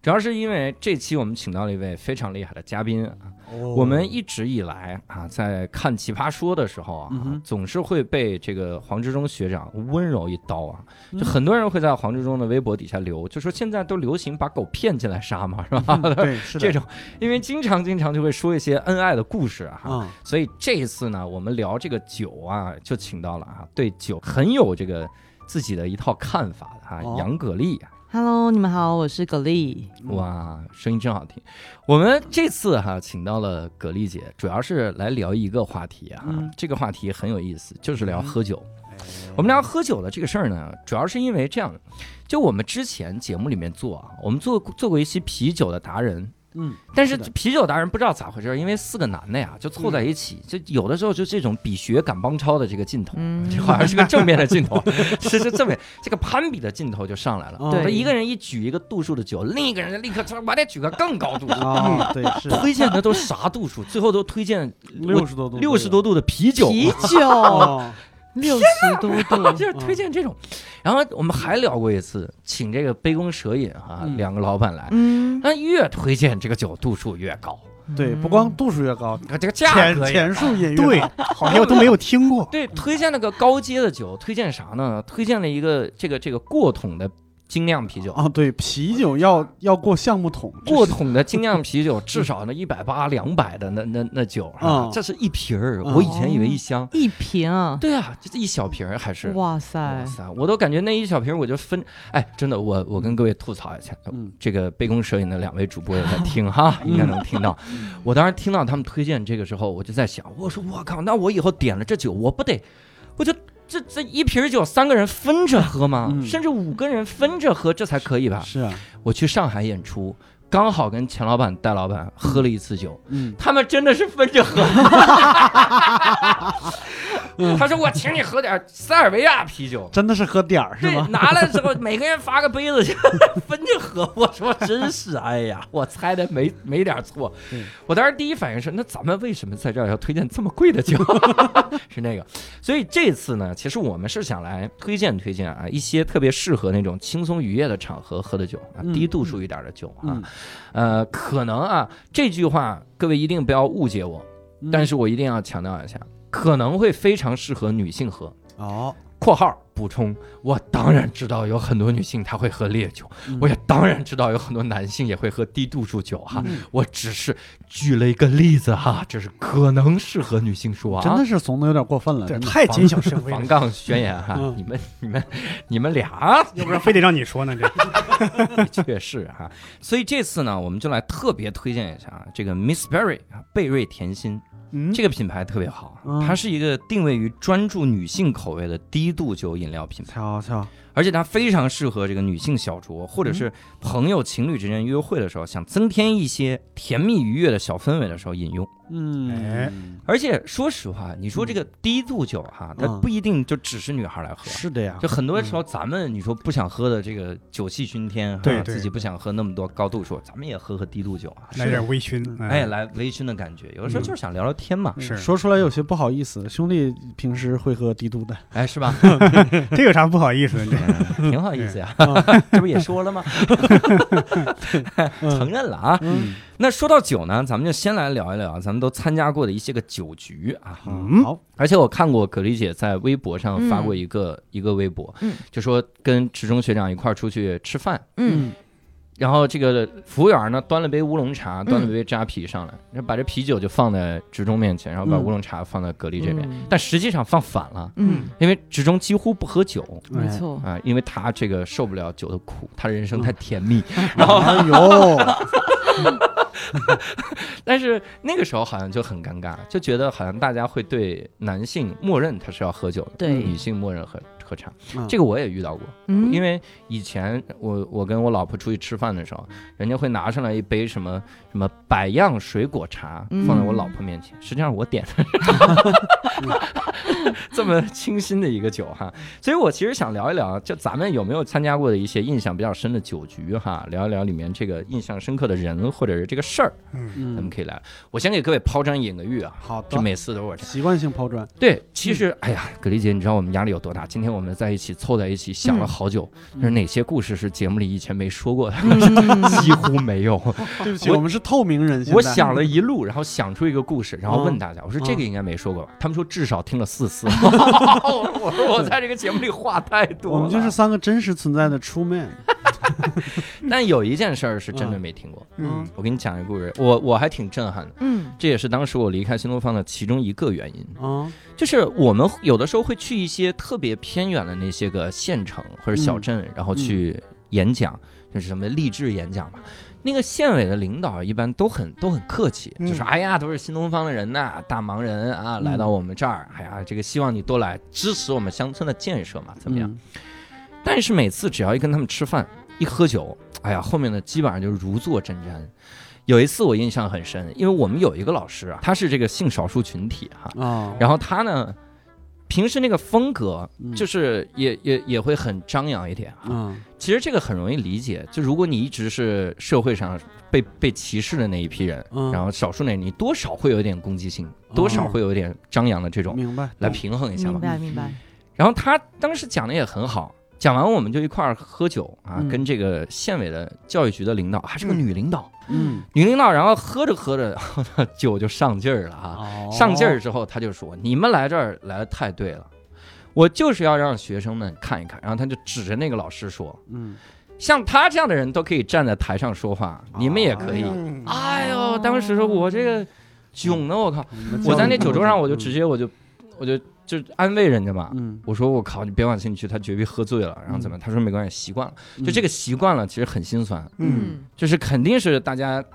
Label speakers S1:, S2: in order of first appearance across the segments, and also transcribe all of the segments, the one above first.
S1: 主要是因为这期我们请到了一位非常厉害的嘉宾
S2: 哦
S1: 啊。我
S2: 我
S1: 们一直以来啊，在看《奇葩说》的时候啊，
S2: 嗯哼
S1: 总是会被这个黄志忠学长温柔一刀啊。就
S2: 嗯
S1: 很多人会在黄志忠的微博底下留，就说现在都流行把狗骗进来杀嘛，是吧？
S2: 对嗯哦哎 是
S1: 这
S2: 的，
S1: 种，因为经常经常就会说一些恩爱的故事啊。
S2: 嗯，
S1: 所以这一次呢，我们聊这个酒啊，就请到了啊，对酒很有这个自己的一套看法的啊，
S2: 哦
S1: 杨葛丽啊，
S3: Hello，你们好，我是葛丽。
S2: 嗯
S1: 哇，声音真好听。我们这次哈、请到了葛丽姐，主要是来聊一个话题啊，
S2: 嗯
S1: 这个话题很有意思，就是聊
S2: 嗯
S1: 喝酒。我们聊喝酒的这个事儿呢，主要是因为这样，就我们之前节目里面做啊，我们做做过一期啤酒的达人，
S2: 嗯，
S1: 但是
S2: 是的嗯
S1: 啤酒达人不知道咋回事儿，因为四个男的呀就凑在一起，就有的时候就这种比学赶帮超的这个劲头。
S3: 嗯，
S1: 这好像是个正面的镜
S2: 嗯
S1: 头， 是是正面，这个攀比的镜头就上来了。
S2: 对
S1: 他一个人一举一个度数的酒，另一个人就立刻说：“我得举个更高度数。
S2: 啊，对是的，
S1: 推荐的都啥度数？最后都推荐
S2: 六十多度，
S1: 六十多度的啤酒，
S3: 啤 酒
S2: 哦，
S3: 六十多度，
S2: 嗯
S1: 就是啊推荐这种。然后我们还聊过一次，请这个杯弓蛇影啊
S2: 嗯
S1: 两个老板来，
S3: 嗯，
S1: 那越推荐这个酒度数越高，
S2: 对，不
S3: 嗯
S2: 光度数越高，
S1: 你看这个价
S2: 钱
S1: 格也
S2: 钱数也越
S4: 对，
S5: 哎
S4: 好像我都没有听过。
S1: 对，推荐了个高阶的酒，推荐啥呢？推荐了一个这个这个过桶的精酿啤酒
S2: 啊，对，啤酒要要过橡木桶，这是
S1: 过桶的精酿啤酒，至少那一百八、两百的那那那酒啊
S2: 嗯，
S1: 这是一瓶儿。
S2: 嗯
S1: 我以前以为一箱，
S3: 一瓶啊！
S1: 对啊，就一小瓶儿还是。
S3: 哇塞
S1: 哇，塞！我都感觉那一小瓶儿我就分，哎，真的，我我跟各位吐槽一下，
S2: 嗯
S1: 这个杯弓蛇影的两位主播也在 听哈，应该能听到。我当时听到他们推荐这个时候，我就在想，我说我靠，那我以后点了这酒，我不得，我就这这一瓶儿酒三个人分着喝吗？
S2: 嗯
S1: 甚至五个人分着喝，这才可以吧？
S2: 是啊，
S1: 我去上海演出，刚好跟钱老板、戴老板喝了一次酒，
S2: 嗯，
S1: 他们真的是分着 喝。他说：“我请你喝点塞尔维亚啤酒。”
S2: 真的是喝点儿是
S1: 对，
S2: 吗？
S1: 拿来之后每个人发个杯子去 分着喝。我说 真是，哎呀，我猜的没没点错
S2: 对。
S1: 我当时第一反应是，那咱们为什么在这儿要推荐这么贵的酒？ 是那个，所以这次呢，其实我们是想来推荐推荐啊，一些特别适合那种轻松愉悦的场合喝的酒啊，
S2: 嗯
S1: 低度数一点的酒啊。
S2: 嗯，
S1: 呃，可能啊，这句话各位一定不要误解我，
S2: 嗯
S1: 但是我一定要强调一下，可能会非常适合女性喝。
S2: 哦，
S1: （括号补充）我当然知道有很多女性她会喝烈酒，
S2: 嗯
S1: 我也当然知道有很多男性也会喝低度数酒哈。
S2: 嗯
S1: 我只是举了一个例子哈，这是可能适合女性说啊。
S2: 真的是怂的有点过分了，
S4: 这
S2: 真的
S4: 太谨小慎微
S1: 防
S4: 了，
S1: 杠宣言哈，
S2: 嗯
S1: 你们你们你们 俩
S4: 要不然非得让你说呢。这
S1: 确是哈，所以这次呢，我们就来特别推荐一下啊，这个 Miss Berry 啊，贝瑞甜心，
S4: 嗯，
S1: 这个品牌特别好，啊
S2: 嗯
S1: 它是一个定位于专注女性口味的低度酒饮料品牌，
S2: 瞧瞧，
S1: 而且它非常适合这个女性小酌，或者是朋友情侣之间约会的时候，想增添一些甜蜜愉悦的小氛围的时候饮用。
S4: 哎
S2: 嗯，
S1: 而且说实话，你说这个低度酒哈，它
S2: 嗯
S1: 不一定就只是女孩来喝。
S2: 是啊的呀
S1: 就，很多时候，咱们你说不想喝的这个酒气熏天，哈啊
S4: 对对
S1: 自己不想喝那么多高度数，咱们也喝喝低度酒啊，
S4: 来点微醺，
S1: 哎，，来微醺的感觉。有的时候就是想聊聊天嘛，
S5: 嗯
S4: 是
S2: 说出来有些不好意思，兄弟平时会喝低度的，
S1: 哎，是吧？
S4: 这有啥不好意思的？这
S1: 嗯挺好意思呀， 这不也说了吗？ 承认了啊。
S2: 嗯，
S1: 那说到酒呢，咱们就先来聊一聊咱们都参加过的一些个酒局啊。
S4: 嗯
S2: 好，
S1: 而且我看过葛丽姐在微博上发过一个、一个微博，
S3: 嗯
S1: 就说跟池中学长一块儿出去吃饭，
S3: 嗯，
S1: 然后这个服务员呢端了杯乌龙茶，端了杯扎啤上来，然后把这啤酒就放在池中面前，然后把
S2: 嗯
S1: 乌龙茶放在葛丽这边，
S3: 嗯
S1: 但实际上放反了，
S3: 嗯，
S1: 因为池中几乎不喝酒，
S2: 哎
S3: 没错，
S1: 啊，因为他这个受不了酒的苦，他人生
S2: 嗯
S1: 太甜蜜。
S2: 然后哎呦，
S1: 但是那个时候好像就很尴尬，就觉得好像大家会对男性默认他是要喝酒的，
S3: 对
S1: 女性默认喝喝茶。
S2: 嗯
S1: 这个我也遇到过，
S3: 嗯，
S1: 因
S3: 为
S1: 为以前我我跟我老婆出去吃饭的时候，人家会拿上来一杯什么什么百样水果茶
S3: 嗯
S1: 放在我老婆面前，实际上我点的。这么清新的一个酒哈。所以我其实想聊一聊，就咱们有没有参加过的一些印象比较深的酒局哈，聊一聊里面这个印象深刻的人或者是这个事儿，咱们
S2: 嗯，
S1: 可以来。我先给各位抛砖引个玉啊，
S2: 好
S1: 就
S2: 的，
S1: 每次都是我这样。
S2: 习惯性抛砖，
S1: 对，其
S2: 嗯
S1: 实、哎呀，葛丽姐，你知道我们压力有多大？今天我们在一起凑在一起想了好久，
S2: 嗯
S1: 就是哪些故事是节目里以前没说 过的，
S3: 嗯
S1: 几乎没有。
S2: 对不起，
S1: 我
S2: 我们是透明人，现
S1: 我
S2: 在嗯
S1: 想了一路，然后想出一个故事，然后问大家，我说这个应该没说过吧？他们说至少听了四 次。我说我在这个节目里话太多
S2: 我
S1: 了。
S2: 们就是，三个真实存在的 true man，
S1: 但有一件事儿是真的没听过。
S5: 嗯，
S1: 我给你讲一个故事，我我还挺震撼的。
S3: 嗯
S1: 这也是当时我离开新东方的其中一个原因，
S2: 啊，
S1: 就是我们有的时候会去一些特别偏远的那些个县城或者
S2: 嗯
S1: 小镇，然后去演讲，就是什么励志演讲吧。那个县委的领导啊一般都很都很客气，
S5: 嗯
S1: 就说：“哎呀，都是新东方的人呐，大忙人啊，
S2: 嗯
S1: 来到我们这儿，哎呀，这个希望你多来支持我们乡村的建设嘛，怎么样？”
S2: 嗯？
S1: 但是每次只要一跟他们吃饭，一喝酒，哎呀，后面的基本上就如坐针毡。有一次我印象很深，因为我们有一个老师啊，他是这个性少数群体哈、
S2: 啊，
S1: 然后他呢，平时那个风格
S2: 嗯
S1: 就是也、也也会很张扬一点啊。
S2: 嗯
S1: 其实这个很容易理解，就如果你一直是社会上被被歧视的那一批人，
S2: 嗯，
S1: 然后少数那，你多少会有一点攻击性，多少会有一点张扬的这种，
S2: 明白，
S1: 来平衡一下吧
S3: 嗯明。白明白，
S1: 然后他当时讲的也很好，讲完我们就一块儿喝酒啊，
S2: 嗯
S1: 跟这个县委的教育局的领导，还是个
S5: 嗯
S1: 女领导，
S2: 嗯，
S1: 女领导，然后喝着喝着， 酒就上劲儿了啊，
S2: 哦
S1: 上劲儿，之后，他就说：“你们来这儿来的太对了，我就是要让学生们看一看。”然后他就指着那个老师说
S2: 嗯，：“
S1: 像他这样的人都可以站在台上说话，你们也可以。
S5: 嗯
S1: 哎呦，当时我这个囧的，我靠！
S2: 们
S1: 我在那
S2: 教育
S1: 酒桌上，我就
S2: 嗯
S1: 直接我就我就就安慰人家嘛。
S2: 嗯，
S1: 我说我靠，你别往心里去，他绝逼喝醉了，然后怎么样？他说没关系，习惯了。
S2: 嗯
S1: 就这个习惯了，其实很心酸，
S5: 嗯，
S1: 就是肯定是大家嘖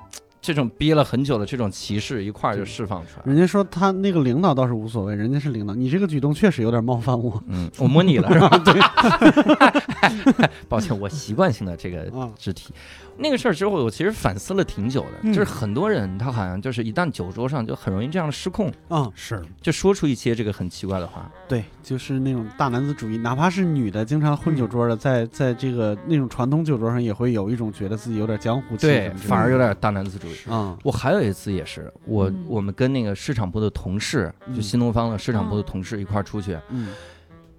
S1: 这种憋了很久的这种歧视一块儿就
S2: 对
S1: 释放出来了。
S2: 人家说他那个领导倒是无所谓，人家是领导，你这个举动确实有点冒犯我
S1: 嗯，我模拟了 是吧？对， 抱歉，我习惯性的这个
S2: 啊。
S1: 肢体。那个事儿之后，我其实反思了挺久的，
S5: 嗯
S1: 就是很多人他好像就是一旦酒桌上就很容易这样失控，
S2: 啊，
S5: 是，
S1: 就说出一些这个很奇怪的话。
S2: 对，就是那种大男子主义，哪怕是女的，经常
S1: 嗯
S2: 混酒桌的，在在这个那种传统酒桌上，也会有一种觉得自己有点江湖气
S1: 对，
S2: 什么之类的，
S1: 反而有点嗯大男子主义。
S2: 啊，
S1: 我还有一次也是，我
S3: 嗯
S1: 我们跟那个市场部的同事，
S2: 嗯
S1: 就新东方的市场部的同事一块儿出去，
S2: 嗯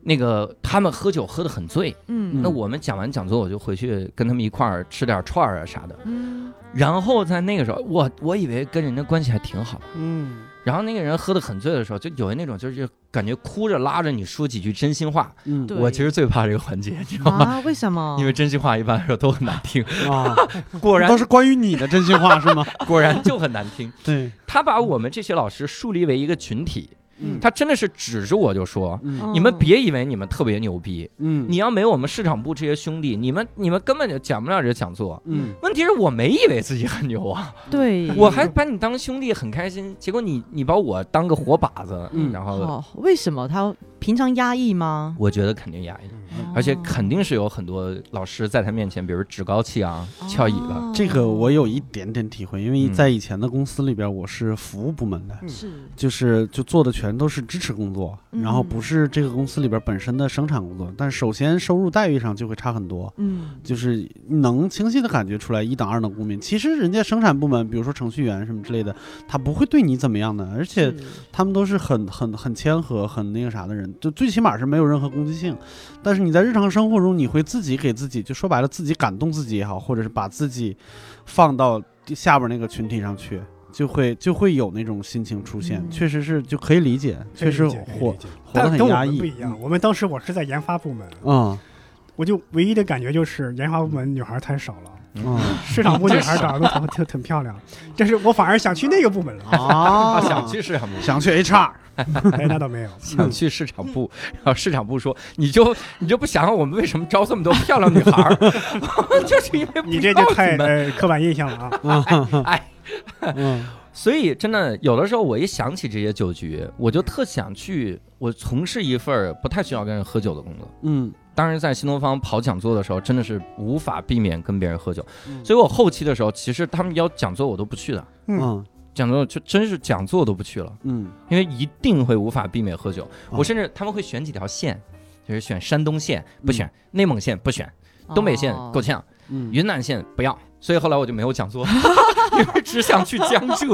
S1: 那个他们喝酒喝得很醉，
S3: 嗯
S1: 那我们讲完讲座，我就回去跟他们一块儿吃点串儿啊啥的。
S3: 嗯
S1: 然后在那个时候，我我以为跟人家关系还挺好，
S5: 嗯，
S1: 然后那个人喝得很醉的时候，就有那种就是感觉哭着拉着你说几句真心话。
S2: 嗯，
S3: 对
S1: 我其实最怕这个环节，你知道吗？
S3: 啊，为什么？
S1: 因为真心话一般来说都很难 听，
S2: 啊，
S1: 果然
S2: 都是关于你的真心话是吗？
S1: 果然就很难听。
S2: 对，
S1: 他把我们这些老师树立为一个群体，
S2: 嗯
S1: 他真的是指着我就说。
S2: 嗯
S3: 嗯
S1: 你们别以为你们特别牛逼，
S2: 嗯
S1: 你要没有我们市场部这些兄弟，你们你们根本就讲不了这讲座。
S2: 嗯
S1: 问题是我没以为自己很牛啊，
S3: 对
S1: 我还把你当兄弟很开心，结果你你把我当个活靶子，
S2: 嗯
S1: 然后
S3: 哦，为什么他平常压抑吗？
S1: 我觉得肯定压抑，嗯而
S3: 哦
S1: 且肯定是有很多老师在他面前，比如趾高气昂、翘尾巴。
S3: 哦
S2: 这个我有一点点体会，因为
S1: 嗯
S2: 在以前的公司里边，我是服务部门的，
S3: 是
S2: 就是就做的全都是支持工作，
S3: 嗯
S2: 然后不是这个公司里边本身的生产工作，但首先收入待遇上就会差很多，
S3: 嗯
S2: 就是能清晰的感觉出来一档二档公民。其实人家生产部门，比如说程序员什么之类的，他不会对你怎么样的，而且
S3: 是
S2: 他们都是很很很谦和、很那个啥的人，就最起码是没有任何攻击性。但是你在日常生活中，你会自己给自己，就说白了，自己感动自己也好，或者是把自己放到下边那个群体上去，就会就会有那种心情出现。
S3: 嗯
S2: 确实是就可以理解，确实
S5: 可以理解可以
S2: 活
S5: 理解
S2: 活得
S5: 但跟
S2: 很
S5: 我
S2: 压
S5: 们
S2: 抑。
S5: 不一样，我们当时我是在研发部门，
S2: 嗯。
S5: 我就唯一的感觉就是研发部门女孩太少了，
S2: 嗯
S5: 市场部女孩长得都挺挺漂亮，但是我反而想去那个部门 了。
S1: 啊，
S2: 啊
S1: 想去市场部，
S2: 想去 HR，
S5: 哎，那倒没有，
S1: 想去市场部，然后市场部说，你就你就不想想我们为什么招这么多漂亮女孩儿， 就是因为不
S5: 你这
S1: 要
S5: 就太
S1: 们
S5: 呃刻板印象了啊。
S2: 嗯
S1: 所以真的有的时候我一想起这些酒局，我就特想去，我从事一份儿不太需要跟人喝酒的工作。
S2: 嗯
S1: 当时在新东方跑讲座的时候，真的是无法避免跟别人喝酒，
S2: 嗯
S1: 所以我后期的时候，其实他们邀讲座我都不去的。
S2: 嗯，
S1: 讲座就真是讲座都不去了，
S2: 嗯，
S1: 因为一定会无法避免喝酒。
S2: 哦
S1: 我甚至他们会选几条线，就是选山东线不
S2: 嗯
S1: 选，内蒙线不选，东北线
S3: 哦
S1: 够呛，
S2: 嗯
S1: 云南线不要。所以后来我就没有讲座， 因为只想去江
S2: 哎
S1: 浙。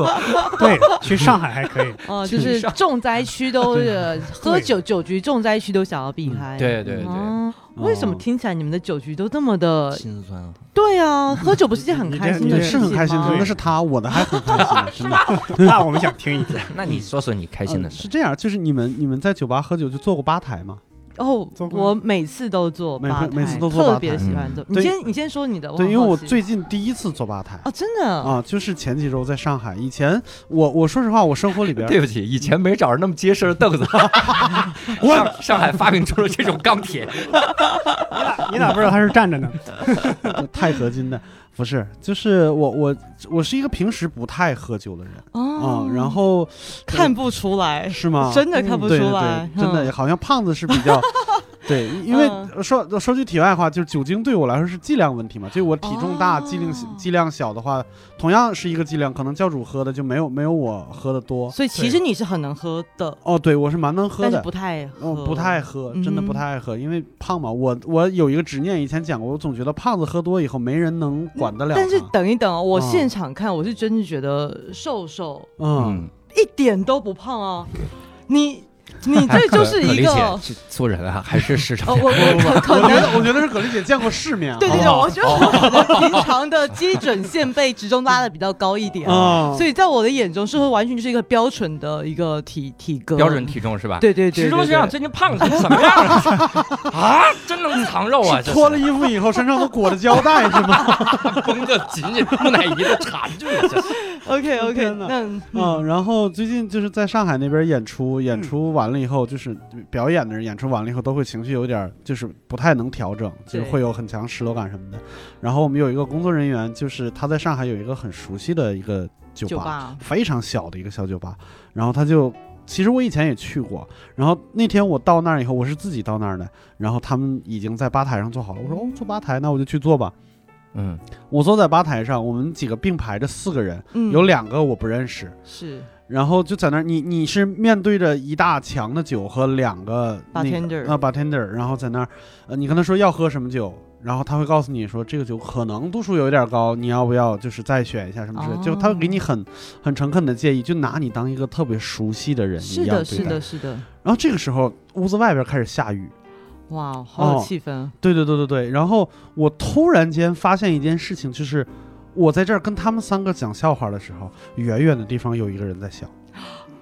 S5: 对，去上海还可以，
S3: 哦，
S1: 去
S3: 就是
S1: 上
S3: 重灾区都是喝
S5: 对
S3: 酒酒局，重灾区都想要避开。
S1: 对对对，
S3: 哦为什么
S2: 哦
S3: 听起来你们的酒局都那么的？
S1: 心酸啊！
S3: 对啊，喝酒不是件很
S5: 你
S3: 开
S5: 这
S3: 心的
S2: 对，是
S3: 事情吗？
S2: 很开心的，
S5: 对
S2: 那是他，我的还很开心，真的。
S5: 那我们想听一 听。
S1: 那你说说你开心的
S2: 嗯是
S1: 事，
S2: 这样，就是你们你们在酒吧喝酒就坐过吧台吗？
S3: 哦
S5: 做，过
S3: 我每次都做吧台，
S2: 每回每次都做吧台嗯
S3: 特别喜欢做。你
S2: 对
S3: 先你先说你的，
S2: 对，
S3: 很
S2: 因为
S3: 哦好
S2: 我
S3: 奇
S2: 最近第一次坐吧台
S3: 哦，真的
S2: 啊，就是前几周在上海。以前我我说实话，我生活里边
S1: 对不起，以前没找着那么结实的凳 子。上上海发明出了这种钢铁，
S5: 你咋不知道他是站着呢？
S2: 钛合金的不是，就是我我我是一个平时不太喝酒的人啊
S3: 哦，，
S2: 然后
S3: 看不出 来，
S2: 是吗？
S3: 哎真的看不出
S2: 对对
S3: 来，
S2: 对，真的
S3: 嗯
S2: 好像胖子是比 较。对，因为
S3: 嗯
S2: 说说句题外话，就是酒精对我来说是剂量问题嘛，就我体重大，
S3: 哦
S2: 剂量剂量小的话，同样是一个剂量，可能教主喝的就没有没有我喝的多。
S3: 所以其实你是很能喝的，
S2: 哦，对，我是蛮能喝
S3: 但是
S2: 的，
S3: 不太喝，
S2: 嗯，不太喝，真的不
S3: 嗯
S2: 太爱喝，因为胖嘛。我我有一个执念，以前讲过，我总觉得胖子喝多以后没人能管得了他。
S3: 但是等一等哦，我
S2: 嗯
S3: 现场看，我是真的觉得瘦瘦
S2: 嗯，
S1: 嗯，
S3: 一点都不胖啊，你
S1: 嗯
S3: 你 这就是一个
S1: 可理解做人啊，还是市场
S3: 哦，我我可
S2: 我觉哦
S3: 能
S2: 得我觉得是葛丽姐见过世面，啊
S3: 对对对，
S2: 好
S3: 我觉得我的平常的基准线被体重拉的比较高一点
S2: 不好，啊，
S3: 所以在我的眼中，是会完全就是一个标准的一个体体格
S1: 标准。体重是吧？
S3: 对对对，
S1: 始终
S3: 对
S1: 是让
S3: 对
S1: 真正胖成什么样了？ 啊，真能藏肉啊！
S2: 是
S1: 这
S2: 脱了衣服以后身上都裹着胶带是吗？
S1: 绷得紧紧，木乃伊都缠住了。这是
S3: OK OK，
S2: 天哪
S3: 那
S2: 嗯，然后最近就是在上海那边演出，演出完了以后，就是表演的人演出完了以后都会情绪有点儿就是不太能调整，就是
S3: 对
S2: 会有很强失落感什么的。然后我们有一个工作人员，就是他在上海有一个很熟悉的一个酒
S3: 酒
S2: 吧，
S3: 吧
S2: 非常小的一个小酒吧，然后他就。其实我以前也去过，然后那天我到那儿以后，我是自己到那儿的，然后他们已经在吧台上坐好了。我说哦，坐吧台，那我就去坐吧。
S1: 嗯，
S2: 我坐在吧台上，我们几个并排着四个人，
S3: 嗯
S2: 有两个我不认识，
S3: 是
S2: 然后就在那儿，你你是面对着一大墙的酒和两个那个
S3: Bartender
S2: 啊 bartender，然后在那儿，呃，你跟他说要喝什么酒，然后他会告诉你说这个酒可能度数有点高，你要不要就是再选一下什么之类的，
S3: 哦
S2: 就他会给你很很诚恳的建议，就拿你当一个特别熟悉的人一
S3: 是
S2: 样
S3: 的，
S2: 对
S3: 是
S2: 待。
S3: 的，是的，
S2: 然后这个时候屋子外边开始下雨，
S3: 哇，好有
S2: 哦
S3: 气氛，
S2: 对对对对对。然后我突然间发现一件事情，就是我在这儿跟他们三个讲笑话的时候，远远的地方有一个人在笑。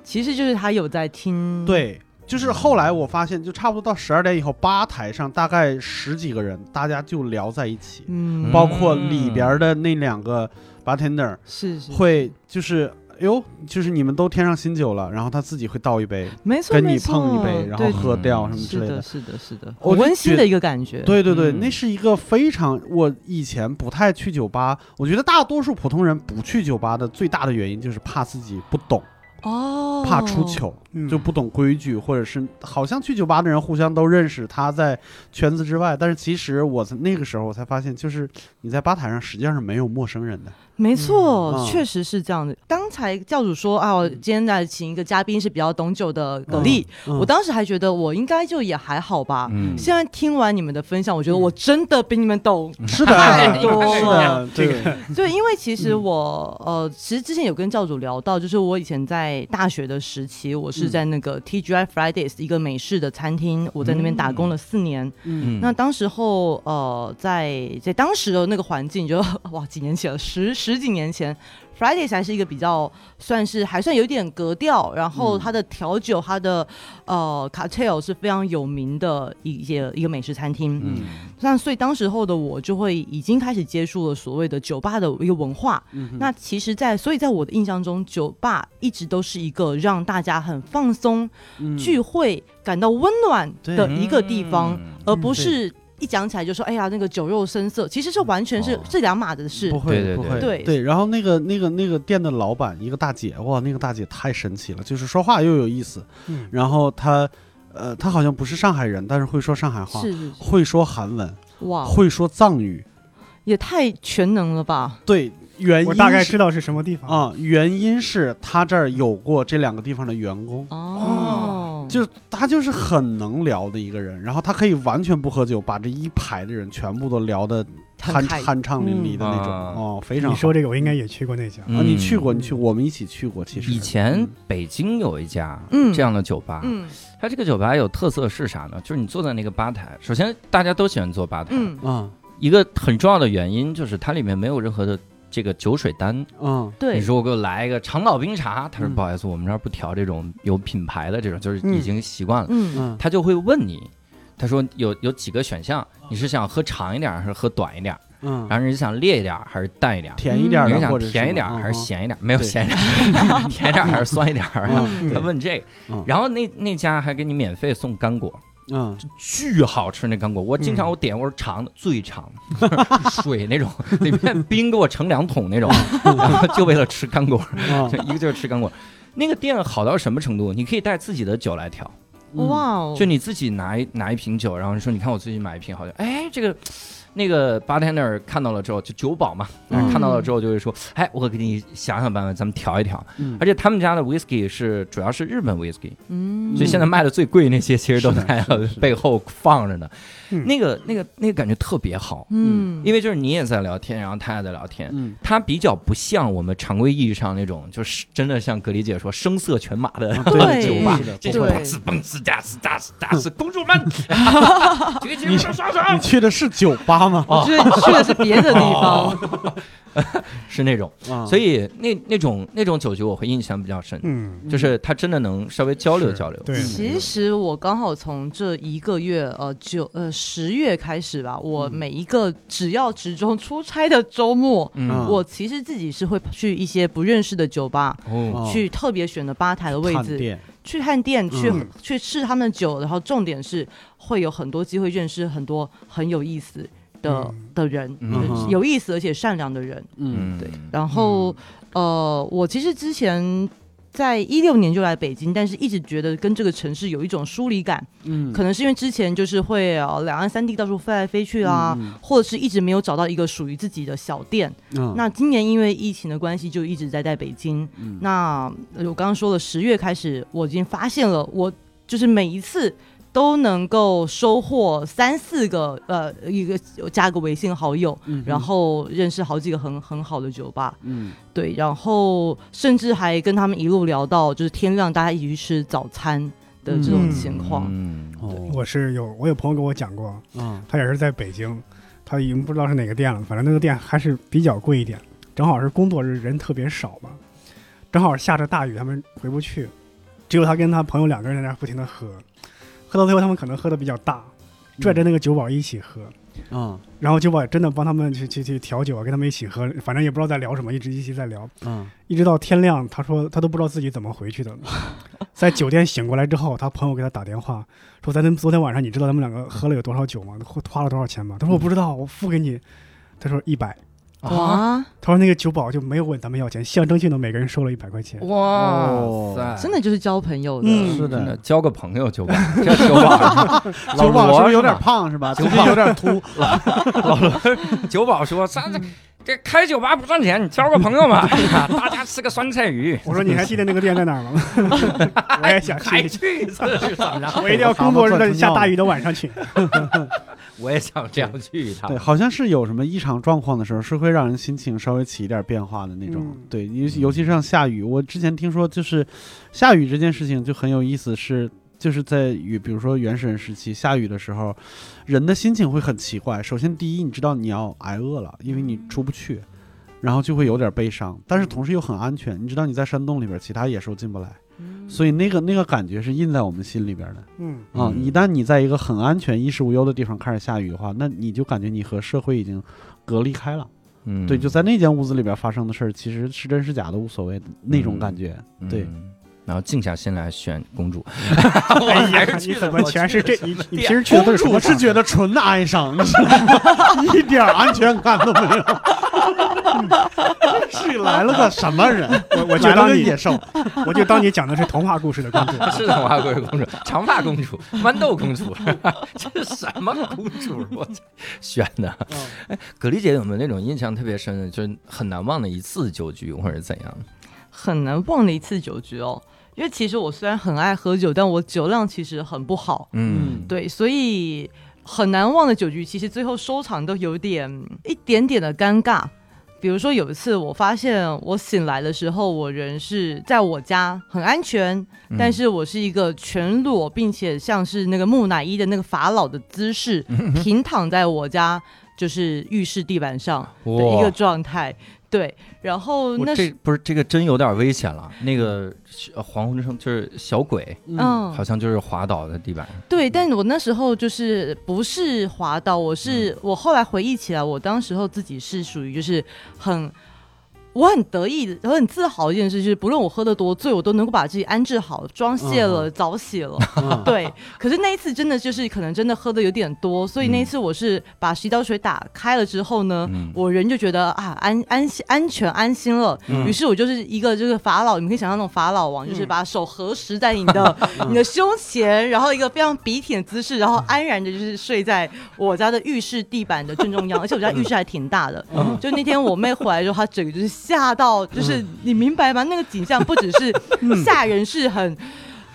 S3: 其实就是他有在听，，
S2: 对，就是后来我发现，就差不多到十二点以后，吧台上大概十几个人，大家就聊在一起，
S3: 嗯，
S2: 包括里边的那两个 bartender
S3: 是是
S2: 会就是。哎呦，就是你们都添上新酒了，然后他自己会倒一杯，
S3: 没错，
S2: 跟你
S3: 没错
S2: 碰一杯，然后
S3: 对
S2: 喝掉
S1: 嗯
S2: 什么之
S3: 是
S2: 类
S3: 的，
S2: 的。
S3: 是的，是的，
S2: 我
S3: 很
S2: 就
S3: 温馨
S2: 觉
S3: 的一个感觉，
S2: 对对对，
S1: 嗯
S2: 那是一个非常我以前不太去酒吧，我觉得大多数普通人不去酒吧的最大的原因就是怕自己不懂，
S3: 哦，
S2: 怕出，糗。
S5: 嗯
S2: 就不懂规矩，或者是好像去酒吧的人互相都认识，他在圈子之外，但是其实我在那个时候我才发现，就是你在吧台上实际上是没有陌生人的。
S3: 没错，
S2: 嗯
S3: 确实是这样的。刚才教主说啊，我今天来请一个嘉宾是比较懂酒的
S2: 嗯
S3: 蛤蜊，
S2: 嗯
S3: 我当时还觉得我应该就也还好吧。
S1: 嗯
S3: 现在听完你们的分享，我
S2: 嗯
S3: 觉得我真的比你们懂。
S2: 是的，
S3: 太多了
S2: 是的，
S5: 这
S2: 对，
S3: 对，因为其
S2: 嗯
S3: 实我、呃，其实之前有跟教主聊到，就是我以前在大学的时期，我
S2: 嗯
S3: 是在那个 TGI Fridays 一个美式的餐厅，我在那边打工了四年。
S2: 嗯
S3: 那当时候，呃，在在当时的那个环境就， 哇，几年前了，十十几年前，Fridays 还是一个比较算是还算有点格调，然后
S2: 嗯
S3: 它的调酒，它的呃 cocktail 是非常有名的一一些一个美食餐厅。
S2: 嗯
S3: 那所以当时候的我就会已经开始接触了所谓的酒吧的一个文化。
S2: 嗯
S3: 那其实在，所以在我的印象中，酒吧一直都是一个让大家很放松、
S2: 嗯
S3: 聚会、感到温暖的一个地方。
S1: 嗯
S3: 而不是一讲起来就说哎呀那个酒肉深色，其实是完全是
S1: 哦
S3: 这两码子事
S2: 不。会，
S1: 对对
S2: 不
S1: 对
S2: 会，
S3: 对
S2: 对。然后那个那个那个店的老板，一个大姐，哇，那个大姐太神奇了，就是说话又有意思。
S5: 嗯
S2: 然后她，呃，她好像不是上海人，但是会说上海话，
S3: 是是是，
S2: 会说韩文，
S3: 哇，
S2: 会说藏语。
S3: 也太全能了吧！
S2: 对，原因
S5: 我大概
S2: 是
S5: 知道是什么地方。
S2: 啊、原因是他这儿有过这两个地方的员工，
S1: 嗯
S3: 哦，
S2: 就是他就是很能聊的一个人，然后他可以完全不喝酒，把这一排的人全部都聊得酣
S3: 很开
S2: 酣畅淋漓的那种，
S1: 嗯
S2: 哦，非常
S5: 你
S2: 好。
S5: 说这个，我应该也去过那家。
S1: 嗯
S2: 啊，你去过，你去，我们一起去过，其实
S1: 以前
S2: 嗯
S1: 北京有一家
S3: 嗯
S1: 这样的酒吧，
S3: 嗯
S1: 它这个酒吧有特色是啥呢？就是你坐在那个吧台，首先大家都喜欢坐吧台，
S3: 嗯，
S2: 啊
S1: 一个很重要的原因就是它里面没有任何的这个酒水单。
S2: 嗯
S1: 你
S3: 对，
S1: 说我给我来一个长岛冰茶，他说
S2: 嗯
S1: 不好意思，我们这儿不调这种有品牌的这种，就是
S5: 嗯
S1: 已经习惯了，
S3: 嗯
S2: 嗯
S1: 他就会问你。他说有有几个选项，你是想喝长一点还是喝短一点？
S2: 嗯，
S1: 然后你是想烈一点还是淡一点？
S2: 甜一点儿
S1: 你
S2: 的，
S1: 是想
S2: 或者
S1: 甜一点
S2: 什么
S1: 还是？
S2: 嗯
S1: 咸一点？没有
S2: 对
S1: 咸一点， 甜一点还是酸一点？
S2: 嗯
S1: 他
S2: 对
S1: 问这个
S2: 嗯，
S1: 然后那那家还给你免费送干果，
S2: 嗯
S1: 巨好吃那干果。我经常我点我是长的，最长的， 水那种，里面冰给我盛两桶 那种，然后就为了吃干果，
S2: 嗯
S1: 就一个劲儿吃干果。那个店好到什么程度？你可以带自己的酒来调，
S2: 嗯
S3: 哇哦，
S1: 就你自己拿一拿一瓶酒，然后说你看我最近买一瓶好酒，哎这个。那个 bartender 看到了之后，就酒保嘛，
S3: 嗯
S1: 看到了之后就会说：“哎，我给你想想办法，咱们调一调。”
S2: 嗯
S1: 而且他们家的 whisky 是主要是日本 whisky，
S3: 嗯，
S1: 所以现在卖的最贵那些其实都在
S2: 是的是的
S1: 背后放着呢。
S5: 嗯
S1: 那个、那个、那个感觉特别好，
S3: 嗯，
S1: 因为就是你也在聊天，然后他也在聊天。
S2: 嗯
S1: 他比较不像我们常规意义上那种，就是真的像格里姐说声色犬马的
S2: 嗯
S3: 对
S1: 酒吧
S2: 是的，
S1: 这种
S3: 对
S1: 蹦呲蹦呲哒呲哒呲哒呲，公主们，啊 这个节目上刷刷
S2: 你去的是酒吧吗？
S3: 我觉得你去的是别的地方，
S1: 哦是那种，
S2: 啊，
S1: 所以那那种那种酒局我会印象比较深，
S5: 嗯，
S1: 就是他真的能稍微交流交流。
S5: 对，
S3: 其实我刚好从这一个月，呃，九呃十月开始吧，我每一个只要职中出差的周末，
S1: 嗯，
S3: 我其实自己是会去一些不认识的酒吧，
S1: 哦，
S2: 哦
S3: 去特别选的吧台的位
S2: 探
S3: 置，
S2: 店
S3: 去探店，去、
S5: 嗯
S3: 去试他们的酒，然后重点是会有很多机会认识很多很有意思的、
S5: 嗯
S3: 的人，
S1: 嗯
S2: 哼
S3: 有意思而且善良的人。
S1: 嗯，
S2: 嗯
S3: 对，然后、呃，我其实之前在一六年就来北京，但是一直觉得跟这个城市有一种疏离感，
S2: 嗯
S3: 可能是因为之前就是会呃两岸三地到处飞来飞去啦，
S2: 嗯
S3: 或者是一直没有找到一个属于自己的小店。
S2: 嗯
S3: 那今年因为疫情的关系，就一直在在北京。
S2: 嗯
S3: 那呃我刚刚说了，十月开始我已经发现了，我就是每一次。都能够收获三四个，呃，一个加个微信好友，
S2: 嗯
S3: 然后认识好几个很很好的酒吧，
S2: 嗯
S3: 对，然后甚至还跟他们一路聊到就是天亮，大家一起去吃早餐的这种
S5: 嗯
S3: 情况。
S1: 嗯
S2: 哦
S5: 我是有，我有朋友跟我讲过，
S2: 啊
S5: 他也是在北京，他已经不知道是哪个店了，反正那个店还是比较贵一点。正好是工作日人特别少嘛，正好下着大雨，他们回不去，只有他跟他朋友两个人在那儿不停的喝，喝到最后他们可能喝的比较大，
S2: 嗯
S5: 拽着那个酒保一起喝，
S2: 啊
S5: 然后酒保也真的帮他们去去去调酒啊，跟他们一起喝，反正也不知道在聊什么，一直一起在聊，
S2: 啊
S5: 一直到天亮，他说他都不知道自己怎么回去的。 在酒店醒过来之后，他朋友给他打电话说：“咱们昨天晚上你知道咱们两个喝了有多少酒吗？花花了多少钱吗？”他说：“我不知道，我付给你。”他说：“一百。
S1: 啊
S3: 哇，”
S5: 他说：“那个酒保就没有问咱们要钱，象征性的每个人收了一百块钱。
S1: 哇
S2: 哎
S1: 塞，
S3: 真的就是交朋友的，
S5: 嗯
S2: 是
S1: 真的
S2: 的，
S1: 交个朋友酒保， 这酒 保老
S2: 酒保是
S1: 罗
S2: 不是有点
S1: 吧
S2: 胖是吧？
S1: 酒
S2: 最近
S1: 保
S2: 有点秃， 嗯
S1: 老 罗酒保说：“咱这这开酒吧不赚钱，你交个朋友 嘛，哎呀大家吃个酸菜鱼”，
S5: 我说：“你还记得那个店在哪儿吗？” 我也想
S1: 还
S5: 去，
S1: 去一次是怎么着？
S5: 我一定要工作日的下大雨的晚上去。
S1: 我也想这样去一趟
S2: 对，。好像是有什么异常状况的时候，是会让人心情稍微起一点变化的那种。
S5: 嗯
S2: 对，尤其尤其像下雨，我之前听说就是下雨这件事情就很有意思，是就是在与比如说原始人时期下雨的时候，人的心情会很奇怪。首先第一，你知道你要挨饿了，因为你出不去。然后就会有点悲伤，但是同时又很安全。你知道你在山洞里边，其他野兽进不来，
S3: 嗯
S2: 所以那个那个感觉是印在我们心里边的。
S5: 嗯，
S2: 啊、
S1: 嗯
S2: 一旦你在一个很安全、衣食无忧的地方开始下雨的话，那你就感觉你和社会已经隔离开了。
S1: 嗯
S2: 对，就在那间屋子里边发生的事儿，其实是真是假的无所谓的那种感觉。对。
S1: 嗯然后静下心来选公主，
S5: 哎
S1: 还
S5: 呀，
S1: 是
S5: 你
S1: 去
S5: 怎
S1: 了
S5: 么全是这？你你其实去
S2: 公
S5: 的都是什
S2: 主
S5: 么啊
S2: 是
S5: 场
S2: 觉得纯的哀伤，你知道吗一点安全感都没有。是来了 个什么人？
S5: 我我就
S2: 来了
S5: 当
S2: 个
S5: 你
S2: 野兽，
S5: 我就当你讲的是童话故事的公 主。
S1: 是童话故事公主，长发公主，豌豆公主， 这是什么公主？啊我操选的。
S2: 嗯
S1: 哎，葛丽姐有没有那种印象特别深的，就是很难忘的一次酒局或者怎样？
S3: 很难忘的一次酒局哦。因为其实我虽然很爱喝酒，但我酒量其实很不好，
S1: 嗯，
S3: 对，所以很难忘的酒局，其实最后收场都有点一点点的尴尬。比如说有一次，我发现我醒来的时候，我人是在我家，很安全，
S1: 嗯
S3: 但是我是一个全裸，并且像是那个木乃伊的那个法老的姿势，
S1: 嗯
S3: 平躺在我家就是浴室地板上的一个
S1: 哇，
S3: 状态。对，然后
S1: 我
S3: 那
S1: 这
S3: 是
S1: 不是这个真有点危险了。那个呃黄鸿升就是小鬼，
S3: 嗯，
S1: 好像就是滑倒在地板上。
S3: 对，但我那时候就是不是滑倒，我是、我后来回忆起来，我当时候自己是属于就是很。我很得意，我很自豪一件事，就是不论我喝得多醉，我都能够把自己安置好，妆卸了，澡洗了，
S2: 嗯，
S3: 对。可是那一次真的就是可能真的喝的有点多，所以那一次我是把洗澡水打开了之后呢，
S1: 嗯
S3: 我人就觉得啊安安心安全安心了，于是我就是一个就是法老，你们可以想象那种法老王，就是把手合十在你的、嗯 你的胸前，然后一个非常笔挺的姿势，然后安然的就是睡在我家的浴室地板的正中央，而且我家浴室还挺大的， 嗯就那天我妹回来之后，她整个就是吓到，就是你明白吗？那个景象不只是吓人，是很。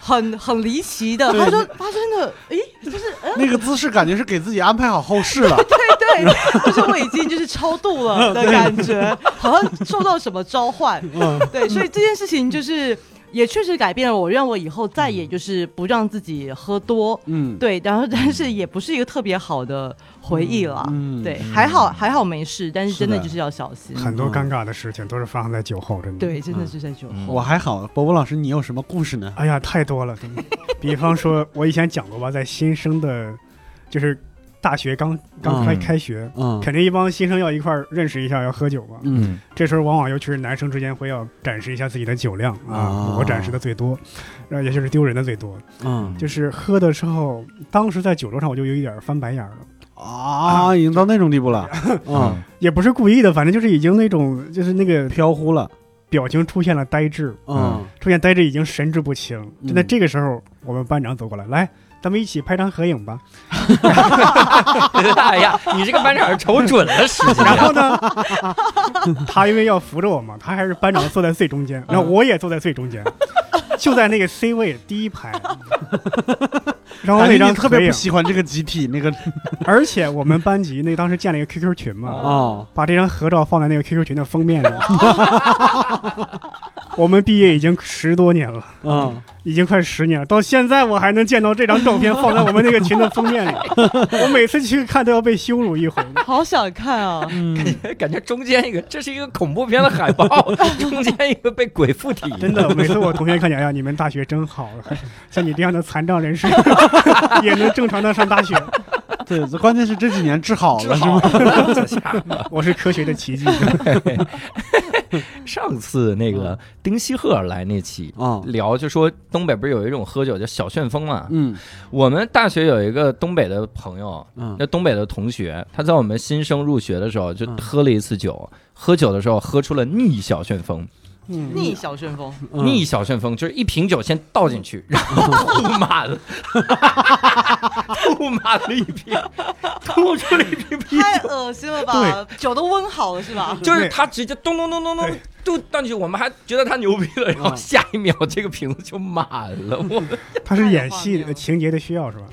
S3: 很很离奇的，她说她真的，诶，就是嗯，
S2: 那个姿势感觉是给自己安排好后 事了。
S3: 对对，就是我已经就是超度 了的感觉，好像受到什么召唤。
S1: 嗯
S3: 对，所以这件事情就是也确实改变了我，让我以后再
S1: 嗯
S3: 也就是不让自己喝多。
S2: 嗯，
S3: 对，然后但是也不是一个特别好的回忆了。
S2: 嗯
S3: 对，还好还好没事，但是真的就是要小心。
S5: 很多尴尬的事情都是发生在酒后，真的。，
S3: 对，真的是在酒后。
S1: 嗯
S2: 我还好。波波老师，你有什么故事呢？
S5: 哎呀，太多了。真的比方说，我以前讲过吧，在新生的，就是大学刚刚开
S1: 嗯
S5: 开学，
S2: 嗯
S5: 肯定一帮新生要一块儿认识一下，要喝酒嘛。
S1: 嗯
S5: 这时候往往尤其是男生之间会要展示一下自己的酒量啊
S2: 啊，
S5: 我展示的最多，然后也就是丢人的最多。
S2: 嗯
S5: 就是喝的时候，当时在酒桌上我就有一点儿翻白眼儿了。
S2: 啊，已经到那种地步了， 嗯，
S5: 也不是故意的，反正就是已经那种就是那个
S2: 飘忽了，
S5: 表情出现了呆滞，
S2: 嗯
S5: 出现呆滞已经神志不清。
S2: 嗯
S5: 就在这个时候，我们班长走过来，来，咱们一起拍张合影 吧。
S1: 大哎呀，你这个班长瞅准了时机
S5: 然后呢，他因为要扶着我嘛，他还是班长坐在最中
S2: 嗯
S5: 间，然后我也坐在最 中间，就在那个 C 位第一排。然后那
S2: 感觉哎你
S5: 张
S2: 特
S5: 合
S2: 别
S5: 影
S2: 不，喜欢这个集体那个
S5: 而且我们班级那当时建了一个 QQ 群嘛，
S2: 哦，
S5: 把这张合照放在那个 QQ 群的封面 上。我们毕业已经十多年了，
S2: 嗯，
S5: 已经快十年了，到现在我还能见到这张照片放在我们那个群的封面里。我每次去看都要被羞辱一回。
S3: 好想看啊！
S1: 嗯感觉中间一个，这是一个恐怖片的海报， 中间一个被鬼附体，
S5: 真的，每次我同学看见，哎呀，你们大学真好，啊像你这样的残障人士也能正常的上大学，
S2: 对，关键是这几年治好
S1: 治
S2: 了是
S1: 好
S2: 吗？
S1: 了这下。
S5: 我是科学的奇迹。
S1: 上次那个丁西鹤来那期。
S2: 啊，
S1: 聊就说东北不是有一种喝酒叫小旋风嘛？
S2: 嗯
S1: 我们大学有一个东北的朋友，
S2: 嗯
S1: 那东北的同学，他在我们新生入学的时候就
S2: 嗯
S1: 喝了一次酒，喝酒的时候喝出了逆小旋风。
S5: 嗯
S3: 逆小旋 风，
S1: 呃
S2: 嗯
S1: 逆小旋风就是一瓶酒先倒进去，然后吐满 了，吐满了一瓶，吐出了一瓶啤酒。
S3: 太恶心了吧！酒都温好了是吧？
S1: 就是他直接咚咚咚咚咚
S5: 对
S1: 就倒进去，我们还觉得他牛逼了，
S2: 嗯
S1: 然后下一秒这个瓶子就满了。 我
S5: 他是演戏的嗯情节的需要是吧？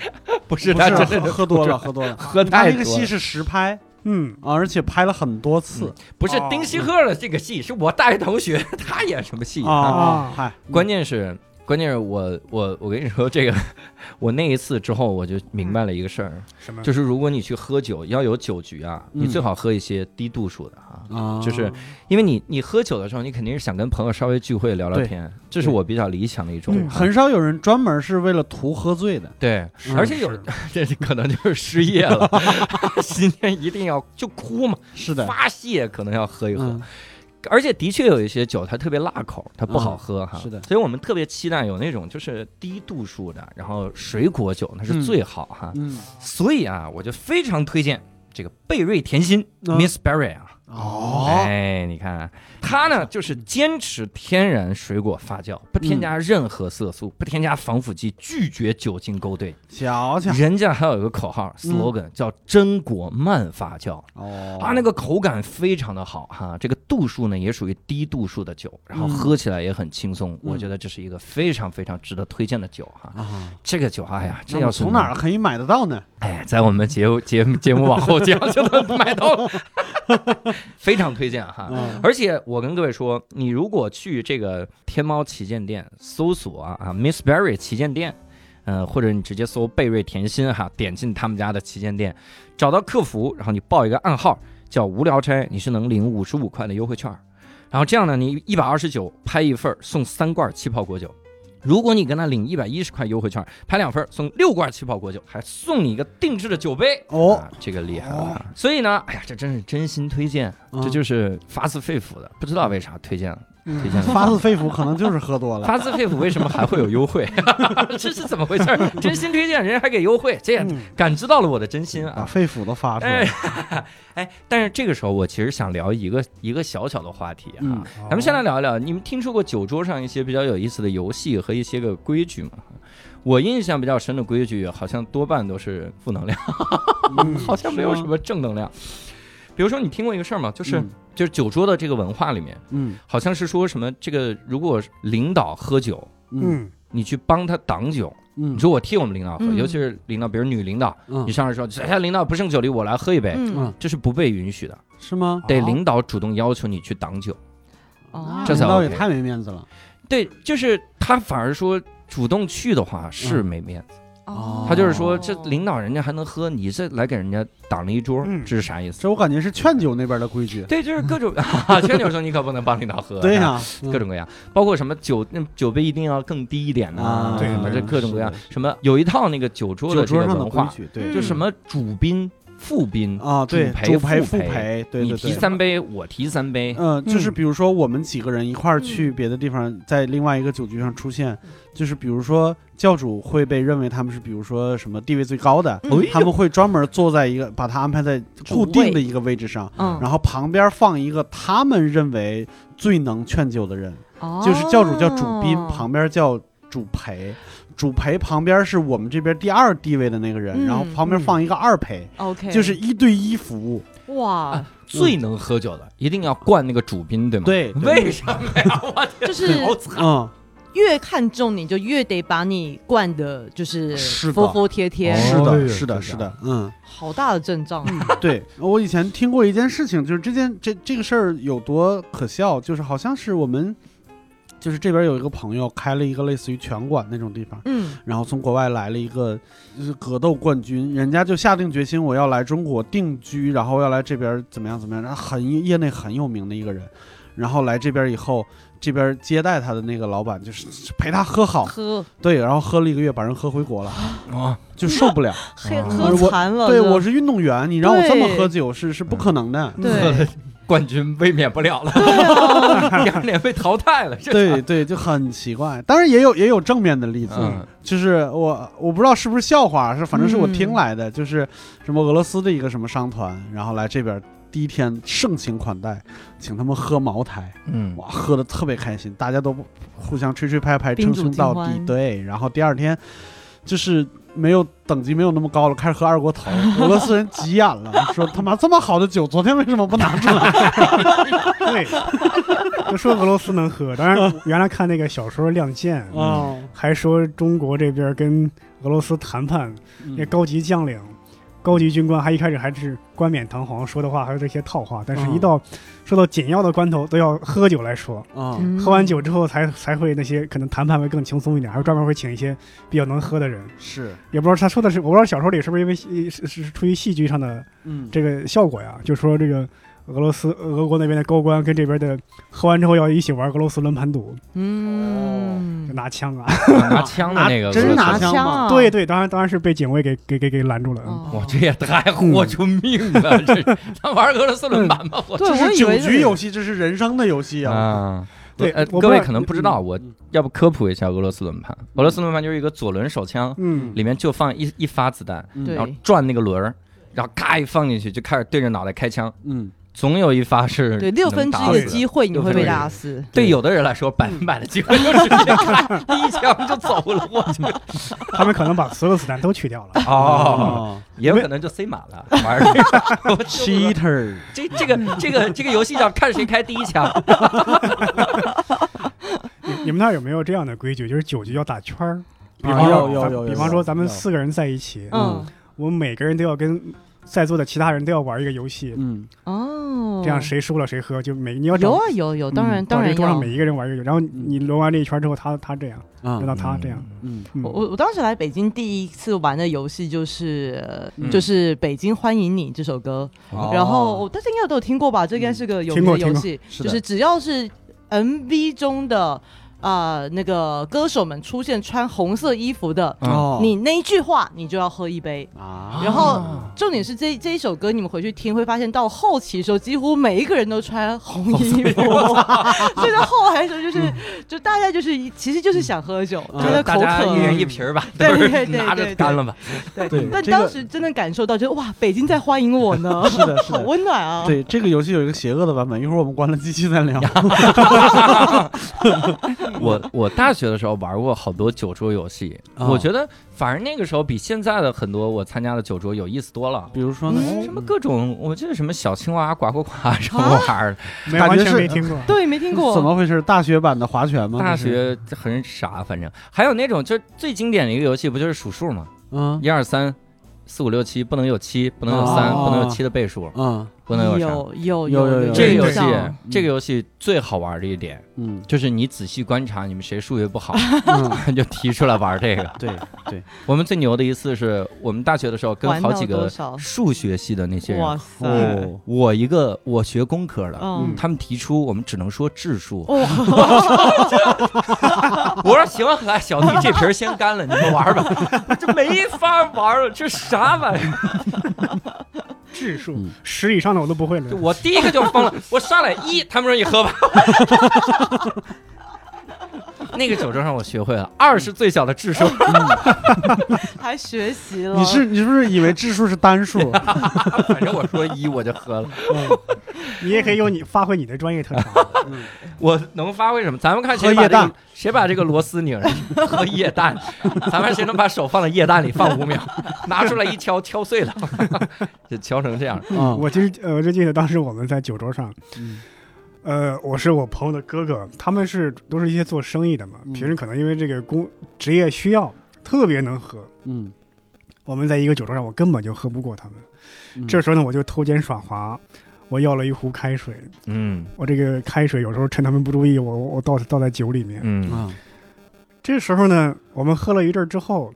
S1: 不是
S2: 不
S1: 他
S2: 是
S1: 真
S2: 喝
S1: 的
S2: 喝多了，喝多了。
S1: 喝
S2: 他
S1: 太
S2: 那个
S1: 多
S2: 戏
S1: 了，
S2: 是实拍
S5: 嗯，
S2: 啊，而且拍了很多次
S1: 不是
S5: 哦
S1: 丁西鹤的这个戏，是我大学同学 他演什么戏啊？
S2: 啊，嗨，
S1: 关键是关键是我我我跟你说这个， 我那一次之后我就明白了一个事儿，
S5: 什么？
S1: 就是如果你去喝酒，要有酒局啊，
S2: 嗯
S1: 你最好喝一些低度数的啊，
S2: 啊，
S1: 就是因为你你喝酒的时候，你肯定是想跟朋友稍微聚会聊聊
S2: 对
S1: 天，这是我比较理想的一种啊
S5: 嗯。
S2: 很少有人专门是为了图喝醉的，
S1: 对，
S5: 是
S1: 而且有
S5: 是
S1: 这可能就是失业 了，今天一定要就哭嘛，
S2: 是的，
S1: 发泄可能要喝一喝。
S2: 嗯
S1: 而且的确有一些酒它特别辣口，它不好
S2: 嗯
S1: 喝哈。
S2: 是的
S1: 所以我们特别期待有那种就是低度数的，然后水果酒那是
S2: 嗯
S1: 最好哈。
S2: 嗯
S1: 所以啊，我就非常推荐这个贝瑞甜心、
S2: 嗯
S1: Miss Berry 啊，
S2: 哦，
S1: 哎，你看它呢，就是坚持天然水果发酵，不添加任何色素，
S2: 嗯
S1: 不添加防腐剂，拒绝酒精勾兑。
S2: 瞧瞧，
S1: 人家还有一个口号
S2: 嗯
S1: slogan 叫“榛果慢发酵”，
S2: 哦
S1: 啊，那个口感非常的好哈，这个度数呢也属于低度数的酒，然后
S2: 嗯
S1: 喝起来也很轻松，我觉得这是一个非常非常值得推荐的酒哈。
S2: 啊，
S1: 这个酒，哎呀，这
S2: 那
S1: 要
S2: 么
S1: 是
S2: 从哪儿？可以买得到呢？
S1: 哎，在我们节目节目节目往后讲就能买到了， 非常推荐哈。
S2: 嗯
S1: 而且我跟各位说，你如果去这个天猫旗舰店搜索啊啊 Miss Berry 旗舰店，呃，或者你直接搜贝瑞甜心哈，点进他们家的旗舰店，找到客服，然后你报一个暗号叫无聊斋，你是能领五十五块的优惠券儿。然后这样呢，你一百二十九拍一份儿送三罐气泡果酒。如果你跟他领一百一十块优惠券儿，拍两份儿送六罐气泡果酒，还送你一个定制的酒杯。
S2: 哦
S1: 啊，这个厉害了啊。所以呢，哎呀，这真是真心推荐，啊
S2: 嗯
S1: 这就是发自肺腑的，不知道为啥推荐了，推荐了。
S2: 嗯 发自肺腑，可能就是喝多了。
S1: 发自肺腑为什么还会有优惠？ 这是怎么回事儿？真心推荐人还给优惠，这也
S2: 嗯
S1: 感知到了我的真心
S2: 把
S1: 啊！
S2: 肺腑都发出来
S1: 哎
S2: 了。
S1: 哎，但是这个时候我其实想聊一个一个小小的话题啊，
S2: 嗯
S1: 咱们先
S5: 哦
S1: 来聊一聊，你们听说过酒桌上一些比较有意思的游戏和一些个规矩吗？我印象比较深的规矩，好像多半都是负能量，
S2: 嗯
S1: 好像没有什么正能量。比如说，你听过一个事儿吗？就是、
S2: 嗯
S1: 就是酒桌的这个文化里面，
S2: 嗯
S1: 好像是说什么这个如果领导喝酒，
S2: 嗯
S5: 嗯，
S1: 你去帮他挡酒。
S2: 嗯
S1: 你说我替我们领导喝，
S3: 嗯
S1: 尤其是领导，比如女领导，
S2: 嗯
S1: 你，上来说，哎，领导不胜酒力，我来喝一杯，
S3: 嗯，
S2: 嗯
S1: 这是不被允许的，
S2: 是吗？
S1: 得领导主动要求你去挡酒。
S3: 哦，
S1: 这才
S2: 领导也
S1: OK
S2: 太没面子了。
S1: 对，就是他反而说主动去的话是
S2: 嗯
S1: 没面子，
S2: 哦
S1: 他就是说
S3: 哦
S1: 这领导人家还能喝，你这来给人家挡了一桌，
S5: 嗯
S1: 这是啥意思？
S2: 这我感觉是劝酒那边的规矩。
S1: 对，就是各种 啊，劝酒说你可不能帮领导喝，
S2: 对
S1: 啊
S2: 呀，嗯
S1: 各种各样，包括什么酒那酒杯一定要更低一点呐、
S2: 啊
S1: 什么
S5: 对
S1: 这
S5: 对
S1: 各种各样
S2: 是，
S1: 什么有一套那个酒桌
S2: 酒
S1: 的这个
S2: 桌上的
S1: 文
S2: 规
S1: 化，
S2: 矩，对，
S1: 就
S3: 嗯
S1: 什么主宾、副宾，
S2: 啊，对，
S1: 主陪
S2: 主陪、
S1: 副
S2: 副
S1: 陪
S2: 陪，对
S1: 你
S2: 对
S1: 提
S2: 对。
S1: 三杯，我提三杯，
S2: 呃，就是
S5: 嗯
S2: 比如说我们几个人一块儿去别的地方，在另外一个酒局上出现，就是比如说教主会被认为他们是比如说什么地位最高的，
S3: 嗯
S2: 他们会专门坐在一个把他安排在固定的一个位置上，
S3: 嗯，
S2: 然后旁边放一个他们认为最能劝酒的人，
S3: 哦
S2: 就是教主叫主宾，旁边叫主陪，主陪旁边是我们这边第二地位的那个人，然后
S3: 嗯
S2: 旁边放一个二陪，
S3: OK，
S2: 就是啊一对一服务。
S1: 嗯
S3: 哇，
S1: 最能喝酒的一定要灌那个主宾，对吗？
S2: 对，对
S1: 为哦什么呀？我天，
S3: 就是
S1: 好惨。
S2: 嗯，
S3: 越看重你，就越得把你惯的，就是
S2: 是的
S3: 服服帖帖，
S2: 是
S1: 哦
S2: 的，
S1: 对
S2: 是的，
S1: 是
S2: 是
S1: 的
S2: 的，嗯，
S3: 好大的阵仗。啊
S2: 对我以前听过一件事情，就是这件这这个事儿有多可笑，就是好像是我们。就是这边有一个朋友开了一个类似于拳馆那种地方，
S3: 嗯，
S2: 然后从国外来了一个就是格斗冠军，人家就下定决心我要来中国定居，然后要来这边怎么样怎么样，然后很业内很有名的一个人，然后来这边以后，这边接待他的那个老板就是陪他喝好，
S3: 喝
S2: 对，然后喝了一个月把人喝回国了，
S1: 啊，
S2: 就受不了。
S3: 喝
S2: 哦我
S3: 喝残了。
S2: 对
S3: 是吧
S2: 我是运动员，你让我这么
S3: 对
S2: 喝酒是是不可能的。
S5: 嗯
S3: 对
S1: 冠军卫冕不了 了，第二年被淘汰了。这
S2: 对对，就很奇怪。当然也有也有正面的例子，
S1: 嗯
S2: 就是我我不知道是不是笑话，是反正是
S3: 嗯
S2: 我听来的，就是什么俄罗斯的一个什么商团，然后来这边第一天盛情款待，请他们喝茅台，
S1: 嗯，
S2: 哇，喝的特别开心，大家都互相吹吹拍拍，
S3: 宾
S2: 称
S3: 主
S2: 兄
S3: 尽
S2: 道弟
S3: 欢。
S2: 对，然后第二天就是。没有等级没有那么高了，开始喝二锅 头。俄罗斯人急眼了，说他妈这么好的酒，昨天为什么不拿出来？
S5: 对，就说俄罗斯能喝，当然原来看那个小说《亮剑》，
S2: 哦，
S5: 还说中国这边跟俄罗斯谈判，
S3: 嗯
S5: 那高级将领、高级军官还一开始还是冠冕堂皇说的话，还有这些套话，但是
S2: 嗯
S5: 一到说到紧要的关头，都要喝酒来说。
S2: 啊，
S3: 嗯
S5: 喝完酒之后才才会那些可能谈判会更轻松一点，还有专门会请一些比较能喝的人，
S2: 是，
S5: 也不知道他说的是，我不知道小说里是不是因为是是是出于戏剧上的
S2: 嗯，
S5: 这个效果呀，就说这个俄罗斯俄国那边的高官跟这边的喝完之后要一起玩俄罗斯轮盘赌，就
S3: 嗯，
S5: 拿枪啊，
S1: 拿枪的那个，
S2: 真
S1: 俄罗斯
S2: 拿
S3: 枪
S2: 枪吗
S3: 啊，
S5: 对对，当然当然是被警卫给给给给拦住了，嗯
S3: 哦
S1: 哇，这也太豁
S2: 嗯
S1: 出命了！ 这他玩俄罗斯轮盘吧，我
S3: 对，
S2: 这
S3: 我
S2: 是
S3: 以
S2: 酒
S3: 为
S2: 局游戏，这是人生的游戏啊！
S1: 啊，
S5: 对
S1: 呃，
S5: 我
S1: 各位
S5: 不知道嗯
S1: 可能不知道，我要不科普一下俄罗斯轮盘。俄罗斯轮盘就是一个左轮手枪，
S5: 嗯，
S1: 里面就放一一发子弹，
S2: 嗯
S3: 对
S1: 然后转那个轮儿，然后咔一放进去就开始对着脑袋开枪，
S2: 嗯，
S1: 总有一发是
S3: 对，六分之一
S1: 能打
S3: 的
S1: 死
S3: 机会你会被打死。
S1: 对有的人来说，百分百的机会就是直接开 第一枪就走了，我去。
S5: 他们可能把所有子弹都去 掉了。
S2: 啊
S1: 哦，，也有可能就塞满了， 玩儿这个我就不知道
S2: cheater，
S1: 这这个这个这个游戏叫看谁开第一枪。
S5: 你你们那儿有没有这样的规矩？就是酒局要打圈儿，比
S2: 啊
S5: 方
S2: 有有
S5: 说咱，
S2: 有有
S5: 比方说
S2: 有
S5: 咱们
S2: 有
S5: 四个人在一起，
S3: 嗯，
S5: 我们每个人都要跟在座的其他人都要玩一个游戏，
S2: 嗯，
S3: 哦，
S5: 这样谁输了谁喝，就每你要
S3: 有
S5: 找
S3: 啊有有，当
S2: 嗯
S3: 然
S5: 找
S3: 当
S5: 这
S3: 然
S5: 桌上
S3: 有。
S5: 每一个人玩一个游戏，然后你轮完这一圈之后，他他这样，
S2: 啊
S5: 轮到他这样。
S2: 嗯
S5: 嗯
S3: 我我我当时来北京第一次玩的游戏就是、呃
S1: 嗯
S3: 就是《北京欢迎你》这首歌，
S2: 哦
S3: 然后大家应该都有听过吧？这应该是个有
S5: 听
S3: 名
S5: 过
S3: 的游戏，
S2: 是
S3: 就
S2: 的
S3: 是只要是 MV 中的呃那个歌手们出现穿红色衣服的，
S1: 嗯
S2: 哦
S3: 你那一句话你就要喝一杯。
S2: 啊，
S3: 然后重点是这这一首歌，你们回去听会发现，到后期的时候，几乎每一个人都穿红衣服， 所以到后来的时候，就是就大家就是其实就是想喝酒，
S2: 嗯
S3: 觉得
S1: 大
S3: 口
S1: 家
S3: 渴
S1: 一人一瓶儿吧，
S3: 对
S1: 都是
S3: 对对
S1: 拿着
S3: 对
S1: 干了吧。
S2: 对
S3: 但
S2: 这
S3: 当
S2: 个啊
S3: 时真的感受到，就是哇，北京在欢迎我呢，
S2: 是的，是
S3: 好
S2: 的。
S3: 温暖啊！
S2: 对这个游戏有一个邪恶的版本，一会儿我们关了机器再聊。
S1: 我我大学的时候玩过好多酒桌游戏，
S2: 哦
S1: 我觉得反而那个时候比现在的很多我参加的酒桌有意思多了。
S2: 比如说呢，
S3: 嗯
S1: 什么各种，我记得什么小青蛙、呱呱呱
S2: 啊
S1: 什么玩意儿，
S5: 没
S2: 感
S5: 完
S2: 觉
S5: 全
S2: 是
S5: 没听过。
S3: 对，没听过，
S2: 嗯怎么回事？大学版的划拳吗？
S1: 大
S2: 这哦是，
S1: 学很傻，反正还有那种就是最经典的一个游戏，不就是数数吗？
S2: 嗯
S1: 一二三，四五六七，不能有七，不能有三，
S2: 哦
S1: 不能有七的倍数，
S2: 嗯
S1: 不能
S3: 有
S1: 啥。
S2: 有
S3: 有
S2: 有有
S1: 这个
S5: 有
S1: 游
S3: 印
S1: 戏
S3: 象
S2: 嗯，
S1: 这个游戏最好玩的一点
S2: 嗯
S1: 就是你仔细观察你们谁数学不好，
S2: 嗯，
S1: 就提出来玩这个。
S2: 对，
S1: 我们最牛的一次是我们大学的时候跟
S3: 玩
S1: 好
S3: 到
S1: 几
S3: 多
S1: 个
S3: 少？
S1: 数学系的那些
S3: 哇
S1: 人，
S3: 塞，
S2: 哦，
S1: 我一个我学工科的，
S3: 嗯，
S1: 他们提出我们只能说质数，
S3: 哇，
S1: 我说行，来小弟这瓶先干了， 你们玩吧， 这没法玩了，这啥玩意儿？
S5: 质数
S2: 嗯
S5: 十以上的我都不会了。
S1: 我第一个就 疯了，我上来一，他们说你喝吧。 那个酒桌上我学会了，二是最小的质数，
S3: 还学习了，
S2: 你是你是不是以为质数是单 数？
S1: 反正我说一我就喝了。
S5: 你也可以用你发挥你的专业特 长。
S1: 我能发挥什么？咱们看谁
S2: 喝
S1: 把
S2: 液
S1: 这个
S2: 氮
S1: 谁把这个螺丝拧上去， 喝液氮，咱们谁能把手放在液氮里放五 秒，拿出来一敲敲碎 了，就敲成这样。
S2: 嗯
S5: 我其实呃，我就记得当时我们在酒桌上，
S2: 嗯
S5: 呃，我是我朋友的哥哥，他们是都是一些做生意的嘛，
S2: 嗯
S5: 平时可能因为这个工职业需要，特别能喝。
S2: 嗯，
S5: 我们在一个酒桌上，我根本就喝不过他们。
S2: 嗯
S5: 这时候呢，我就偷奸耍滑，我要了一壶开水。
S1: 嗯
S5: 我这个开水有时候趁他们不注意，我我倒倒在酒里面。
S1: 嗯，
S2: 啊
S5: 这时候呢，我们喝了一阵儿之后，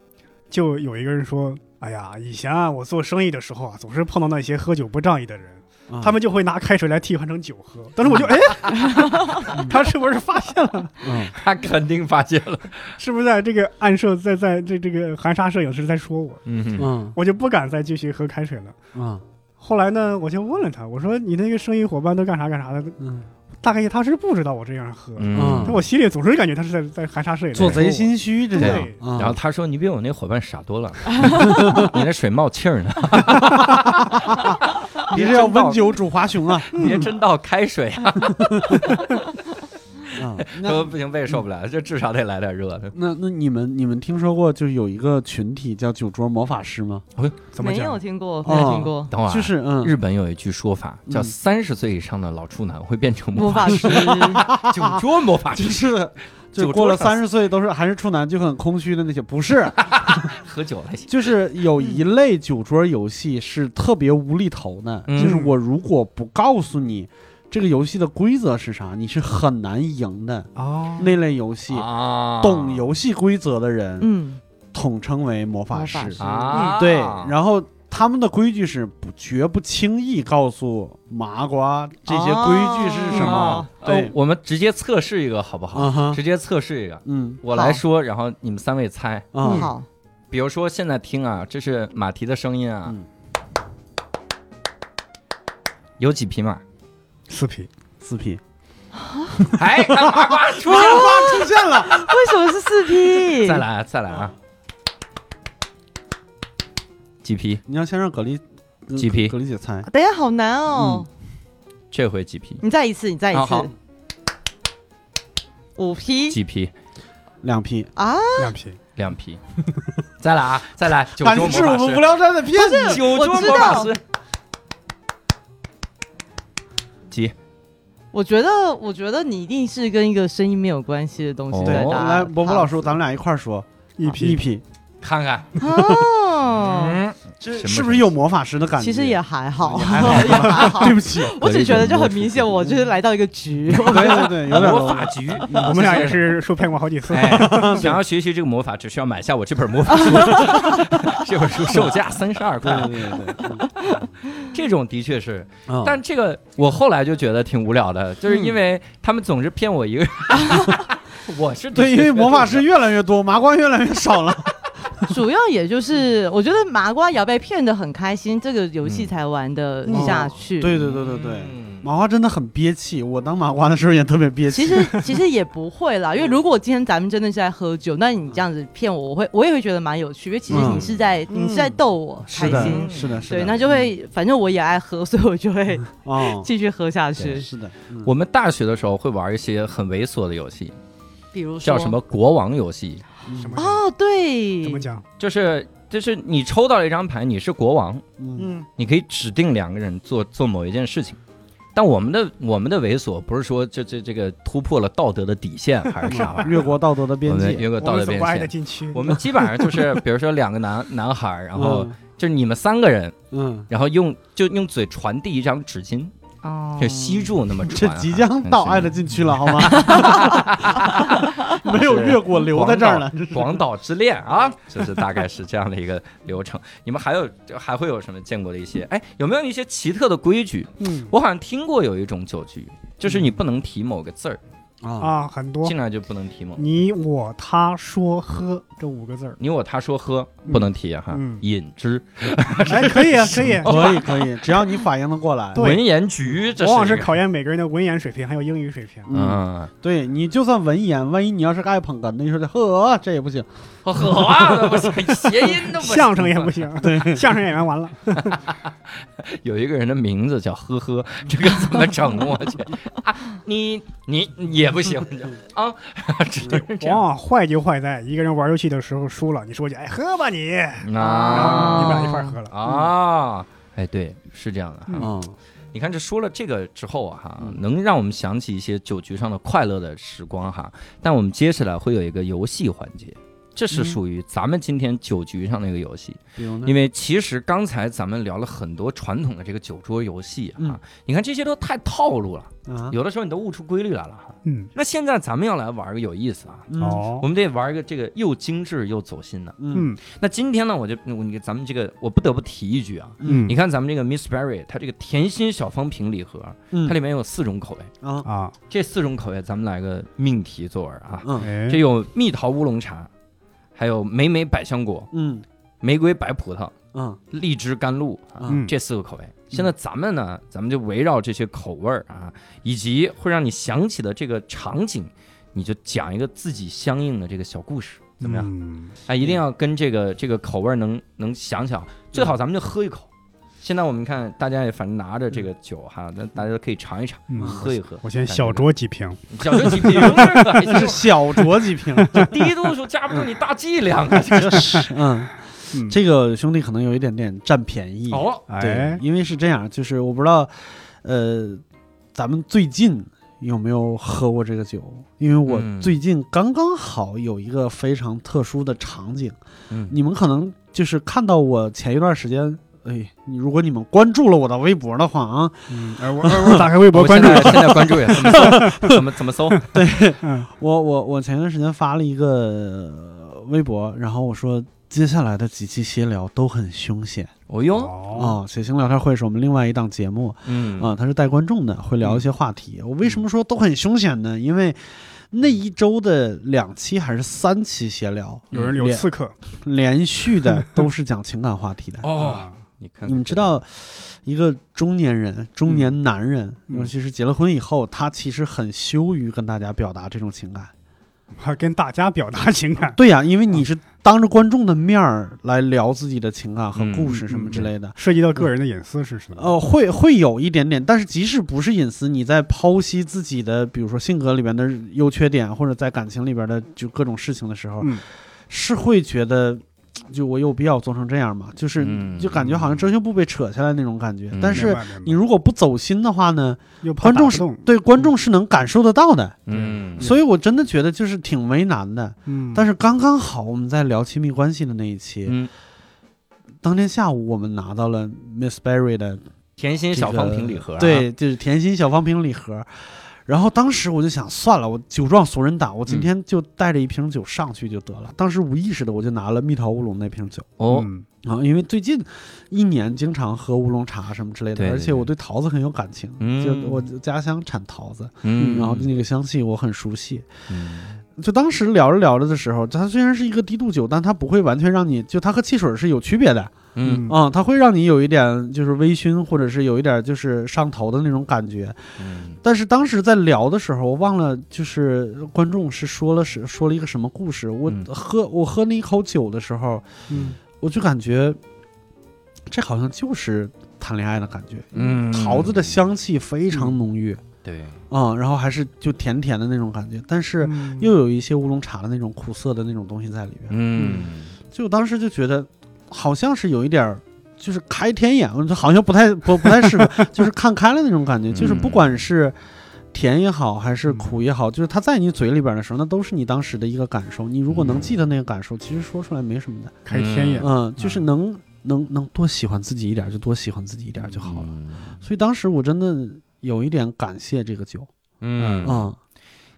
S5: 就有一个人说：“哎呀，以前啊，我做生意的时候啊，总是碰到那些喝酒不仗义的人。”
S2: 啊
S5: 他们就会拿开水来替换成酒喝。 当时我就哎，他是不是发现了？
S2: 嗯
S1: 他肯定发现了。
S5: 是不是在这个暗射在在这这个含沙射影是在说我？
S1: 嗯
S2: 嗯
S5: 我就不敢再继续喝开水了。
S2: 嗯
S5: 后来呢，我就问了他，我说你那个生意伙伴都干啥干啥的？
S2: 嗯，
S5: 大概他是不知道我这样喝，
S1: 嗯
S5: 但我心里总是感觉他是在在含沙射影地说
S2: 做
S5: 我。
S2: 贼心虚，这叫
S5: 对。
S2: 啊
S1: 然后他说：“你比我那伙伴傻多 了，你那水冒气儿 呢，
S2: 你这叫温酒煮华雄啊！
S1: 别真倒开水啊！
S2: 啊，
S1: 说
S2: 那
S1: 不行，胃受不了，这至少得来点热的。
S2: 那那你们你们听说过就是有一个群体叫酒桌魔法师吗？
S5: 怎么
S3: 没有
S5: 讲？
S3: 听过，没有听过，
S1: 等会儿啊，
S2: 就是嗯，
S1: 日本有一句说法，叫
S2: 嗯
S1: 三十岁以上的老处男会变成
S3: 魔
S1: 魔法
S3: 法师，
S1: 师， 酒桌魔法
S2: 就
S1: 师，
S2: 是的，就
S1: 酒桌
S2: 过了
S1: 上
S2: 三十岁都是还是处男就很空虚的那些，不是，
S1: 喝酒了。”
S2: 就是有一类酒桌游戏是特别无厘头的，
S1: 嗯
S2: 就是我如果不告诉你这个游戏的规则是啥，你是很难赢的
S5: 哦，
S2: 那类游戏。
S1: 啊，
S2: 懂游戏规则的人
S3: 嗯，
S2: 统称为魔法
S3: 魔
S2: 师
S3: 法，师
S1: 啊，
S2: 嗯对，然后他们的规矩是不绝不轻易告诉麻瓜这些规矩是什么
S3: 哦。
S1: 对
S2: 对，，
S1: 我们直接测试一个好不好？
S2: 啊哈，
S1: 直接测试一个，
S2: 嗯
S1: 我来说，然后你们三位猜。
S2: 啊，
S3: 好，
S1: 比如说现在听啊，这是马蹄的声音啊，
S2: 嗯
S1: 有几匹 马？
S5: 四匹，
S2: 四 P
S1: 哎，看麻瓜出现了，
S2: 出现了，
S3: 为什么是四 P？
S1: 再，来啊再来啊，几匹？
S2: 你要先让葛丽，嗯
S1: 几 P
S2: 葛丽姐猜，
S3: 等一下，好难哦，
S1: 这回几
S2: 嗯
S1: 批？
S3: 你再一次，你再一
S1: 啊
S3: 次
S1: 好，
S3: 五批
S1: 几批？
S2: 两批，
S3: 啊！
S5: 两批，
S1: 两批。再来啊！再来！ 九州魔
S2: 你是我
S1: 法
S2: 们无
S1: 师。
S2: 聊斋的骗 子。
S1: 九州
S3: 我知
S1: 魔法
S3: 道
S1: 师。几？
S3: 我觉得，我觉得你一定是跟一个声音没有关系的东西
S1: 哦
S3: 在
S2: 对，
S1: 我
S3: 打。
S2: 来，伯伯老师，咱们俩一块儿说啊
S5: 一
S2: 一
S5: 批，
S2: 批，
S1: 看看。
S3: 哦，
S1: 嗯，
S2: 这
S1: 什么
S2: 是不是有魔法师的感觉？
S3: 其实也还好，
S2: 也还好
S3: 也还好。
S2: 对不起，
S3: 我只觉得就很明显，我就是来到一个 局。
S2: 对对对，有点
S1: 魔
S2: 儿
S1: 法局。
S5: 我们俩也是受骗过好几次。
S1: 哎， 想要学习这个魔法，只需要买下我这本魔法 书。这本书售价三十二
S2: 对
S1: 块，
S2: 对对对，
S1: 这种的确是。
S2: 嗯
S1: 但这个我后来就觉得挺无聊的，就是因为他们总是骗我一个人。 我是
S2: 对，因为魔法师越来越多，麻瓜越来越少了。
S3: 主要也就是，我觉得麻瓜也要被骗得很开心，这个游
S1: 嗯
S3: 戏才玩得
S2: 嗯
S3: 下去。
S2: 对对对对对，麻瓜真的很憋气，我当麻瓜的时候也特别憋气。
S3: 其实其实也不会啦，因为如果今天咱们真的是在喝酒，那你这样子骗我，我会我也会觉得蛮有趣，因为其实你是在、
S2: 嗯
S3: 你是在逗我
S2: 是
S3: 开
S2: 的
S3: 心，，
S2: 是的，是的。
S3: 对，那就会反正我也爱喝，所以我就会
S2: 哦，
S3: 继续喝下
S1: 对
S3: 去。
S2: 是的，嗯
S1: 我们大学的时候会玩一些很猥琐的游戏，
S3: 比如说
S1: 叫什么国王游戏，
S2: 嗯
S5: 什么
S3: 哦，对
S5: 怎，么讲？
S1: 就是就是你抽到了一张牌，你是国王，
S2: 嗯
S4: 嗯，
S1: 你可以指定两个人做做某一件事情。但我们的我们的猥琐不是说这这这个突破了道德的底线还是啥玩意
S2: 越过道德的
S1: 儿，我
S2: 边
S1: 们
S2: 界。
S1: 有个
S5: 嗯我
S1: 道德
S5: 们走
S1: 边
S5: 过爱的
S1: 线。
S5: 禁区，
S1: 我们基本上就是，比如说两个男男孩儿，然 后
S2: 嗯
S1: 就是你们三个人，
S2: 嗯，
S1: 然后用就用嘴传递一张纸巾，
S3: 哦
S1: 就吸住那么
S2: 这
S1: 传啊。
S2: 即将到爱的禁区了，好吗？ 没有越过，留在这儿了。
S1: 广岛之恋 啊，就是大概是这样的一个流程。你们还有还会有什么见过的一些？哎，有没有一些奇特的规矩？
S2: 嗯
S1: 我好像听过有一种酒局，就是
S5: 嗯
S1: 你不能提某个字儿，
S2: 啊，
S5: 啊，很多
S1: 进来就不能提某。
S5: 你我他说喝这五个字 儿，
S1: 你我他说喝不能提啊哈
S5: 嗯，
S1: 饮之
S5: 哎，可以啊，可以。
S2: 可以可以，只要你反应的过 来。
S5: 对
S1: 文言局，哦这
S5: 往往
S1: 是
S5: 是
S1: 一个啊
S5: 考验每个人的文言水平，还有英语水平。
S2: 嗯，
S1: 嗯，
S2: 对你就算文言，万一你要是个爱捧哏的，你说的呵，这也不行。
S1: 好喝啊，都不行，谐音都不行
S5: 相声也不 行，对，相声演员完了，
S1: 有一个人的名字叫呵呵，
S5: 嗯
S1: 这个怎么整？我 去啊，你你也不行啊，只能 是这
S5: 往
S1: 样
S5: 往坏就坏在一个人玩游戏的时候输了，你说一句“哎，喝吧你”，然
S1: 啊
S5: 后你们俩一块儿喝了。
S1: 啊。哎，对，是这样的哈。
S2: 嗯
S1: 你看，这说了这个之后啊，哈，
S2: 嗯
S1: 能让我们想起一些酒局上的快乐的时光哈。但我们接下来会有一个游戏环节，这
S2: 嗯
S1: 是属于咱们今天酒局上的一个游戏。
S2: 比如呢
S1: 因为其实刚才咱们聊了很多传统的这个酒桌游戏
S2: 嗯
S1: 啊，你看这些都太套路了，
S2: 啊，
S1: 有的时候你都悟出规律来了哈。
S5: 嗯，
S1: 那现在咱们要来玩个有意思啊，
S2: 嗯
S1: 我
S5: 哦，
S1: 们得玩一个这个又精致又走心的。
S2: 嗯
S5: 嗯
S1: 那今天呢，我就我你咱们这个我不得不提一句啊，
S2: 嗯
S1: 你看咱们这个 Miss Berry，它这个甜心小方瓶礼盒，
S2: 嗯
S1: 它里面有四种口味，
S2: 啊
S5: 啊，
S1: 这四种口味咱们来个命题作文啊，
S2: 嗯
S5: 哎
S1: 这有蜜桃乌龙茶，还有莓莓百香果、
S2: 嗯
S1: 玫瑰白葡萄、
S2: 嗯
S1: 荔枝甘露啊，
S2: 嗯
S1: 这四个口味。现在咱们呢，咱们就围绕这些口味儿啊，以及会让你想起的这个场景，你就讲一个自己相应的这个小故事，
S2: 嗯
S1: 怎么样？
S5: 样？
S1: 哎，一定要跟这个这个口味儿能能想想，最好咱们就喝一口。现在我们看大家也反正拿着这个酒哈，那大家都可以尝一尝，
S5: 嗯
S1: 喝一喝。
S5: 我先小酌几瓶，
S1: 小酌几瓶儿吧，
S2: 这是小酌几瓶。
S1: 这低度数架不住你大剂量啊！这个
S2: 嗯，
S5: 嗯
S2: 这个兄弟可能有一点点占便宜。
S1: 哦，
S2: 对
S5: 哎，，
S2: 因为是这样，就是我不知道，呃，咱们最近有没有喝过这个酒？因为我
S1: 嗯
S2: 最近刚刚好有一个非常特殊的场景，
S1: 嗯
S2: 你们可能就是看到我前一段时间。哎，你如果你们关注了我的微博的话啊，
S5: 嗯，哎我我我打开微博
S1: 我现
S5: 关注，
S1: 在现在关注也怎么 搜？怎么怎么搜？
S5: 嗯
S2: 我我我前一段时间发了一个呃微博，然后我说接下来的几期闲聊都很凶险
S1: 哦哟，
S5: 哦，
S2: 啊、血腥聊天会是我们另外一档节目，
S1: 嗯
S2: 啊，他是带观众的，会聊一些话题。
S5: 嗯
S2: 我为什么说都很凶险呢？因为那一周的两期还是三期闲聊，
S5: 有人留刺客
S2: 连续的都是讲情感话 题的。
S1: 哦，，
S5: 啊
S1: 你
S5: 嗯
S1: 看，
S2: 你们知道，一个中年人、中年男人，
S5: 嗯嗯
S2: 尤其是结了婚以后，他其实很羞于跟大家表达这种情感。
S5: 还跟大家表达情感。
S2: 对呀、因为你是当着观众的面儿来聊自己的情感
S5: 嗯
S2: 和故事什么之类的。
S5: 涉及到个人的隐私是什么？
S2: 呃，会会有一点点，但是即使不是隐私，你在剖析自己的，比如说性格里边的优缺点，或者在感情里边的就各种事情的时候，
S5: 嗯
S2: 是会觉得，就我有必要做成这样吗？就是、
S1: 嗯
S2: 就感觉好像遮羞布被扯下来那种感觉。
S1: 嗯
S2: 但
S5: 明
S2: 是
S5: 白明白
S2: 你如果不走心的话呢，
S5: 又怕
S2: 观众
S5: 打不
S2: 是
S5: 动
S2: 对观众是能感受得到的。
S1: 嗯，
S2: 所以我真的觉得就是挺为难的。
S5: 嗯，
S2: 但是刚刚好，我们在聊亲密关系的那一期，
S1: 嗯，
S2: 当天下午我们拿到了 Miss Berry 的
S1: 甜心小方瓶礼盒、啊，
S2: 对，就是甜心小方瓶礼盒。然后当时我就想，算了，我酒壮怂人胆，我
S1: 嗯
S2: 今天就带着一瓶酒上去就得了。当时无意识的我就拿了蜜桃乌龙那瓶酒
S1: 哦，
S5: 嗯
S2: 啊，因为最近一年经常喝乌龙茶什么之类的，
S1: 对对
S2: 而且我对桃子很有感情，
S1: 嗯
S2: 就我家乡产桃子，
S1: 嗯，
S2: 然后那个香气我很熟悉。
S1: 嗯
S2: 就当时聊着聊着的时候，它虽然是一个低度酒，但它不会完全让你就它和汽水是有区别的。
S1: 嗯
S2: 啊、它会让你有一点就是微醺，或者是有一点就是上头的那种感觉。
S1: 嗯
S2: 但是当时在聊的时候，我忘了就是观众是说了是说了一个什么故事。我
S1: 嗯
S2: 喝、我喝那一口酒的时候，
S5: 嗯
S2: 我就感觉这好像就是谈恋爱的感觉。
S1: 嗯，
S2: 桃子的香气非常浓郁
S1: 对，
S2: 啊、然后还是就甜甜的那种感觉，但是
S5: 嗯
S2: 又有一些乌龙茶的那种苦涩的那种东西在里边。
S1: 嗯
S2: 就当时就觉得好像是有一点儿，就是开天眼，我就好像不太不不太适合， 嗯就是看开了那种感觉。就是不管是甜也好，还是苦也好，就是它在你嘴里边的时候，那都是你当时的一个感受。你如果能记得那个感受，其实说出来没什么的。
S5: 开天眼，
S2: 嗯，就是能能能多喜欢自己一点儿，就多喜欢自己一点儿就好了。
S1: 嗯
S2: 所以当时我真的有一点感谢这个酒。
S1: 嗯嗯，
S2: 嗯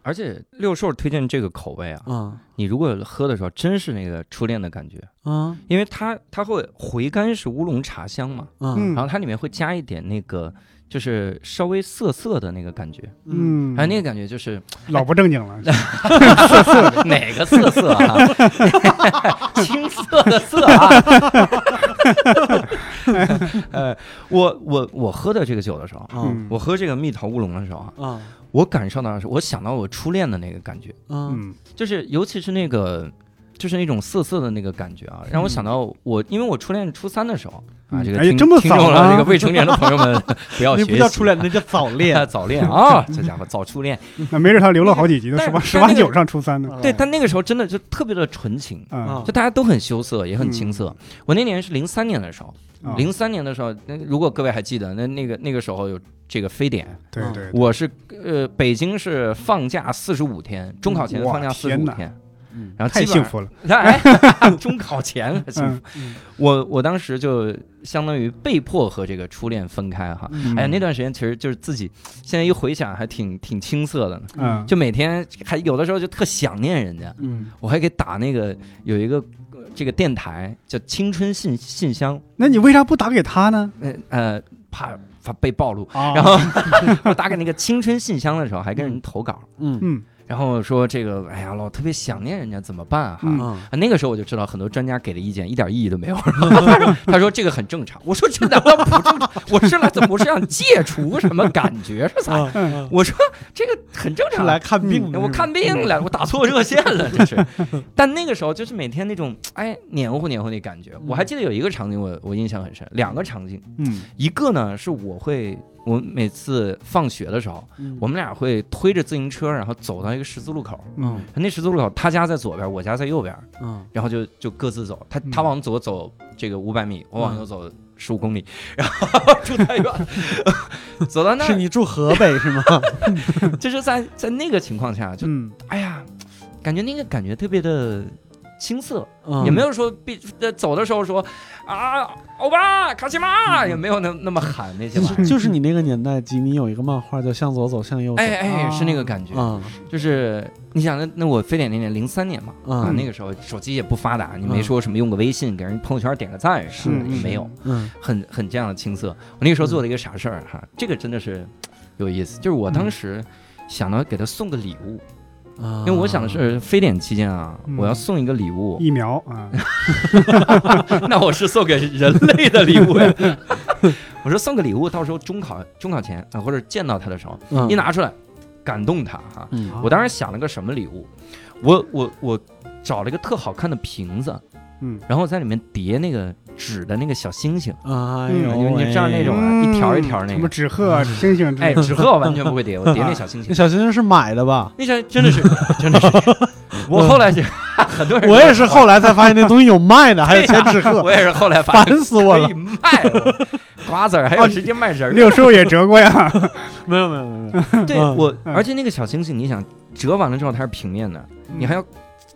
S1: 而且六兽推荐这个口味啊，
S2: 嗯
S1: 你如果喝的时候，真是那个初恋的感觉，
S2: 嗯
S1: 因为它它会回甘是乌龙茶香嘛，
S2: 嗯
S1: 然后它里面会加一点那个。就是稍微涩涩的那个感觉，
S2: 嗯
S5: 嗯，
S1: 哎，那个感觉就是
S5: 老不正经
S1: 哎
S5: 了，
S1: 哪个涩涩啊？ 青涩的涩啊！ 呃，我我我喝的这个酒的时候，
S2: 嗯
S1: 我喝这个蜜桃乌龙的时候啊，
S2: 嗯
S1: 我感受到的是，我想到我初恋的那个感觉，
S2: 嗯
S5: 嗯
S1: 就是尤其是那个，就是那种涩涩的那个感觉啊，让我想到我，因为我初恋初三的时候啊，
S5: 嗯
S1: 这个
S5: 哎呀
S1: 听
S5: 这么
S1: 听
S5: 早
S1: 众
S5: 啊
S1: 了，这个未成年的朋友们 不要
S2: 那
S1: 学
S2: 不叫
S1: 习
S2: 初恋，那叫早 恋。
S1: 早恋 啊，这家伙早初恋，
S5: 那没准他留了好几集呢，
S1: 但
S5: 十八
S1: 但
S5: 十八
S1: 那个
S5: 九上初三呢，
S2: 嗯
S1: 对，但那个时候真的就特别的纯情。
S5: 啊
S2: 啊
S1: 就大家都很羞涩，也很
S5: 嗯
S1: 青涩。我那年是零三年的时候，
S5: 啊，
S1: 零三年的时候，那如果各位还记得，那那个那个时候有这个非典，
S5: 嗯对
S2: 嗯
S5: 对，对
S1: 我是呃北京是放假四十五天，中考前
S5: 哇
S1: 放假四十
S5: 天
S1: 五
S5: 哪
S1: 天，
S2: 嗯
S1: 然后
S5: 太
S1: 基
S5: 幸
S1: 本上
S5: 福了，
S1: 哎， 中考前了幸福。
S2: 嗯
S1: 我我当时就相当于被迫和这个初恋分开哈。
S2: 嗯
S1: 哎呀，那段时间其实就是自己，现在一回想还挺挺青涩的呢，
S5: 嗯，
S1: 就每天还有的时候就特想念人家，
S2: 嗯
S1: 我还给打那个有一个呃这个电台叫青春信信箱，
S5: 那你为啥不打给他呢？
S1: 呃呃，怕怕被暴露。
S5: 啊，
S1: 然后我打给那个青春信箱的时候，还跟人投稿，
S2: 哦嗯
S5: 嗯
S1: 然后说这个，哎呀，老特别想念人家，怎么办啊哈、
S5: 嗯
S2: 啊，
S1: 啊那个时候我就知道很多专家给的意见一点意义都没 有。他说他说这个很正常，我说这难道不正常？我是来怎么我是想戒除什么感觉是咋？
S2: 嗯
S1: 我说这个很
S5: 嗯
S1: 正
S2: 是
S1: 常，啊
S2: 来看病的，
S1: 嗯我看病 了，我打错热线了，这是。但那个时候就是每天那种哎黏糊黏糊那感
S2: 嗯
S1: 觉。我还记得有一个场景我，我印象很深，两个场景，
S5: 嗯
S1: 一个呢是我会，我每次放学的时候，
S2: 嗯
S1: 我们俩会推着自行车，然后走到一个十字路口。
S5: 嗯
S1: 那十字路口，他家在左边，我家在右边，
S2: 嗯
S1: 然后就就各自走。他
S5: 嗯
S1: 他往左走这个五百米，我往
S2: 嗯
S1: 右走十五公里，然后住太远， 走到那
S2: 是
S1: 儿
S2: 你住河北是 吗？
S1: 就是在在那个情况下，就
S5: 嗯
S1: 哎呀，感觉那个感觉特别的青涩，
S2: 嗯
S1: 也 没有说必呃走的时候说啊欧巴卡西玛，也没有那那么喊那些玩意儿。
S2: 就是你那个年代，吉米有一个漫画叫《向左走，向右走》
S1: 哎哎，
S5: 啊
S1: 是那个感觉，
S2: 啊
S1: 就是你想，那那我非典那年零三年嘛，啊，
S2: 啊
S1: 那个时候手机也不发达，你没
S2: 嗯
S1: 说什么用个微信给人朋友圈点个赞啥的，
S5: 是
S1: 也没有，
S2: 嗯
S1: 很很这样的青涩。我那个时候做了一个啥事儿哈，这个真的是有意思，就是我当时想到给他送个礼物，
S2: 啊，
S1: 因为我想的是非典期间啊，
S5: 嗯
S1: 我要送一个礼物，
S5: 疫苗 啊，
S1: 那我是送给人类的礼物呀。我说送个礼物，到时候中考中考前啊，或者见到他的时候，
S2: 嗯
S1: 一拿出来，感动他哈、啊
S2: 嗯
S1: 我当时想了个什么礼物？我我我找了一个特好看的瓶子，
S2: 嗯，
S1: 然后在里面叠那个纸的那个小星星，
S2: 哎
S1: 因
S2: 呦
S1: 为
S2: 喂，
S1: 嗯你这样那种啊，一条一条那
S5: 嗯什么
S1: 个，
S5: 纸鹤、啊星
S2: 嗯
S5: 星之
S1: 哎，
S5: 类的，
S1: 纸鹤我完全不会叠，我叠那小星
S2: 那
S1: 星，
S2: 小星星是买的吧？
S1: 那小真的是 真的是，我后来就 很多人，
S2: 我也是后来才发现那东西有卖的，还有千纸 鹤，
S1: 我也是后来发
S2: 烦
S1: 现
S2: 死我
S1: 可
S2: 了
S1: 以！卖了，瓜子儿还有直接卖人儿的
S5: 六叔也折过呀。
S2: 没有没有没有没有，
S1: 对
S2: 嗯
S1: 我，
S5: 嗯
S1: 而且那个小星星，你想折完了之后它是平面的， 你
S5: 嗯
S1: 还要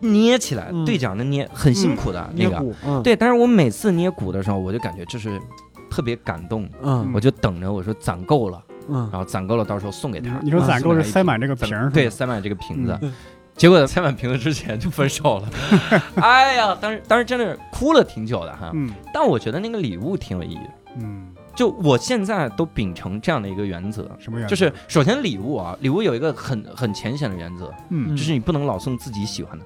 S1: 捏起来
S2: 嗯，
S1: 对角的捏，很辛苦的那
S2: 捏
S1: 个。
S2: 骨，嗯，
S1: 对，但是我每次捏鼓的时候，我就感觉就是特别感动，
S2: 嗯
S1: 我就等着我说攒够了，
S2: 嗯，
S1: 然后攒够了到时候送给他。
S5: 你说攒够
S1: 啊送给
S5: 是
S1: 他一
S5: 塞满这个
S1: 攒
S5: 瓶儿，
S1: 对，，塞满这个瓶子
S2: 嗯。
S1: 结果塞满瓶子之前就分手了， 哎呀，当时当时真的是哭了挺久的哈。
S5: 嗯
S1: 但我觉得那个礼物挺有意义的，
S5: 嗯，
S1: 就我现在都秉承这样的一个原则，
S5: 什么原因？
S1: 就是首先礼物啊，礼物有一个很很浅显的原则，
S5: 嗯
S1: 就是你不能老送自己喜欢的，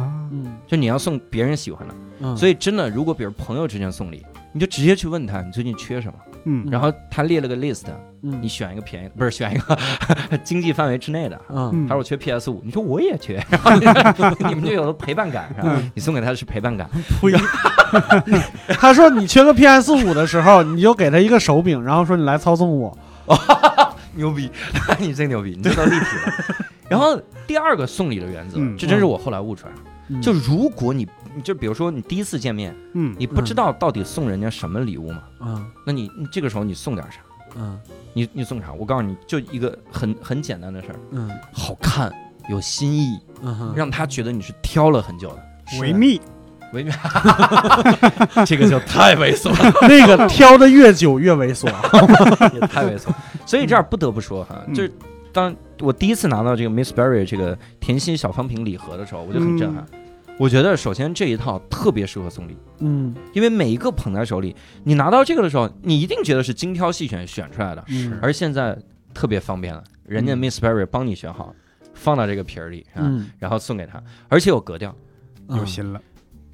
S5: 啊，
S2: 嗯
S1: 就你要送别人喜欢的。
S2: 嗯，
S1: 所
S2: 以
S1: 以真的，如果比如朋友之间送礼，你就直接去问他你最近缺什么，
S5: 嗯
S1: 然后他列了个 list，你
S2: 你
S1: 选一个便宜的， 不是选一个 经济范围之内的。
S2: 嗯
S5: 嗯
S1: 他说我缺 PS 五，你说我也缺， 然后你你们就 有了陪伴感，是
S5: 嗯
S1: 吧？你送给他的是陪伴 感，
S2: 他说你缺个 PS 五的时候，你就给他一个手柄，然后说你来操纵我。
S1: 牛逼， 你真牛逼，你这都立体 了。然后第二个送礼的原则，
S5: 嗯
S1: 这真是我后来悟出来的，
S2: 嗯
S1: 就如果你就比如说你第一次见面，
S5: 嗯
S1: 你不知道到底送人家什么礼物嘛，
S2: 嗯
S1: 那你你这个时候你送点啥？
S2: 嗯
S1: 你你送啥？我告诉你，就一个很很简单的事儿，
S2: 嗯
S1: 好看，有新意，
S2: 嗯哼，
S1: 让他觉得你是挑了很久 的。
S5: 维密，
S1: 维密，这个就太猥琐了，
S2: 那个挑的越久越猥琐。
S1: 也太猥 琐。所以这儿不得不说哈，
S5: 嗯
S1: 就是当我第一次拿到这个 Miss Berry 这个甜心小方瓶礼盒的时候，我就很
S5: 嗯
S1: 震撼。我觉得首先这一套特别适合送礼，
S2: 嗯
S1: 因为每一个捧在手里，你拿到这个的时候，你一定觉得是精挑细选选出来的。
S2: 是
S1: 而现在特别方便了，人家
S2: 嗯
S1: Miss Berry 帮你选好，放到这个瓶儿里，啊
S2: 嗯，
S1: 然后送给他，而且有格调，
S2: 嗯
S5: 有心了，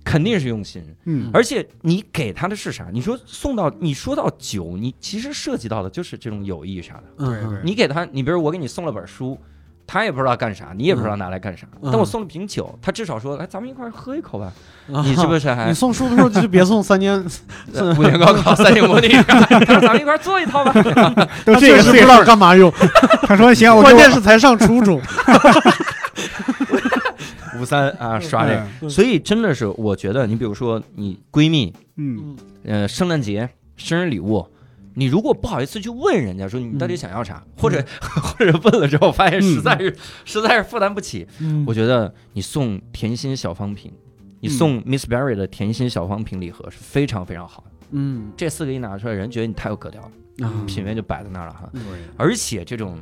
S1: 肯定是用心。
S5: 嗯
S1: 而且你给他的是啥？你说送到，你说到酒，你其实涉及到的就是这种友谊啥的。
S2: 嗯
S5: 对对
S1: 你给他，你比如我给你送了本书，他也不知道干啥，你也不知道拿来干啥。
S2: 嗯
S1: 但我送了瓶酒，他至少说，哎，咱们一块儿喝一口吧。
S2: 嗯
S1: 啊你是不是还
S2: 你送书的时候就别送三年，
S1: 呃五年高考三年模拟？ 咱们一块儿做一套吧。
S5: 都
S1: 啊
S2: 他
S5: 这
S2: 确
S5: 个
S2: 实
S5: 岁
S2: 不知
S5: 数
S2: 道，干嘛 用。
S5: 他说行，我
S2: 关键
S5: 是
S2: 是才上初 中。
S1: 五三啊，刷这个。，所以真的是，我觉得你比如说你闺蜜，
S5: 嗯
S1: 呃，圣诞节、生日礼物，你如果不好意思去问人家说你到底想要啥，或者、 或者问了之后发现实在是、实在是负担不起，
S2: 嗯
S1: 我觉得你送甜心小方瓶，你送 Miss Berry 的甜心小方瓶礼盒是非常非常好的。
S2: 嗯
S1: 这四个一拿出来，人觉得你太有格调了，
S5: 嗯
S2: 啊
S1: 品味就摆在那儿了哈。
S5: 对，
S1: 而且这种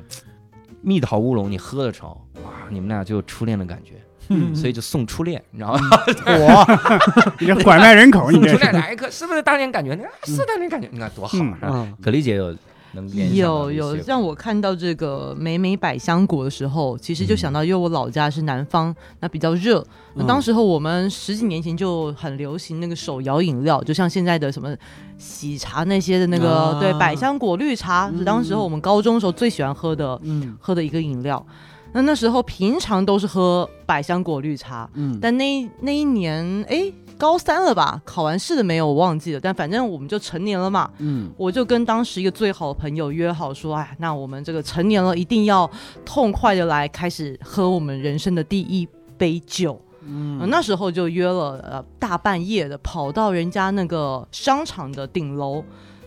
S1: 蜜桃乌龙，你喝的时候，哇，你们俩就有初恋的感觉，
S2: 嗯
S1: 所以就送初恋，你知道吗？
S2: 我
S5: 你这拐卖 人口，你
S1: 出
S5: 这
S1: 来
S5: 哦是
S1: 来一个，是不是当年感觉？你看是当年感觉，你看多好啊
S5: 嗯
S1: 是 吧？葛丽姐有能联想到
S3: 有
S1: 的一些
S3: 有，让我看到这个每每百香果的时候，其实
S1: 嗯
S3: 就想到，因为我老家是南方，那比较热。那当时候我们十几年前就很流行那个手摇饮料，就像现在的什么喜茶那些的那个、
S2: 啊
S3: 对百香果绿茶，
S2: 嗯
S3: 是当时候我们高中时候最喜欢喝的
S2: 嗯
S3: 喝的一个饮料。那那时候平常都是喝百香果绿茶，
S2: 嗯
S3: 但那一那一年哎高三了吧，考完试了没有我忘记了，但反正我们就成年了嘛，
S2: 嗯
S3: 我就跟当时一个最好的朋友约好说，哎，那我们这个成年了，一定要痛快的来开始喝我们人生的第一杯酒。呃
S2: 嗯
S3: 那时候就约了，呃，大半夜的跑到人家那个商场的顶楼，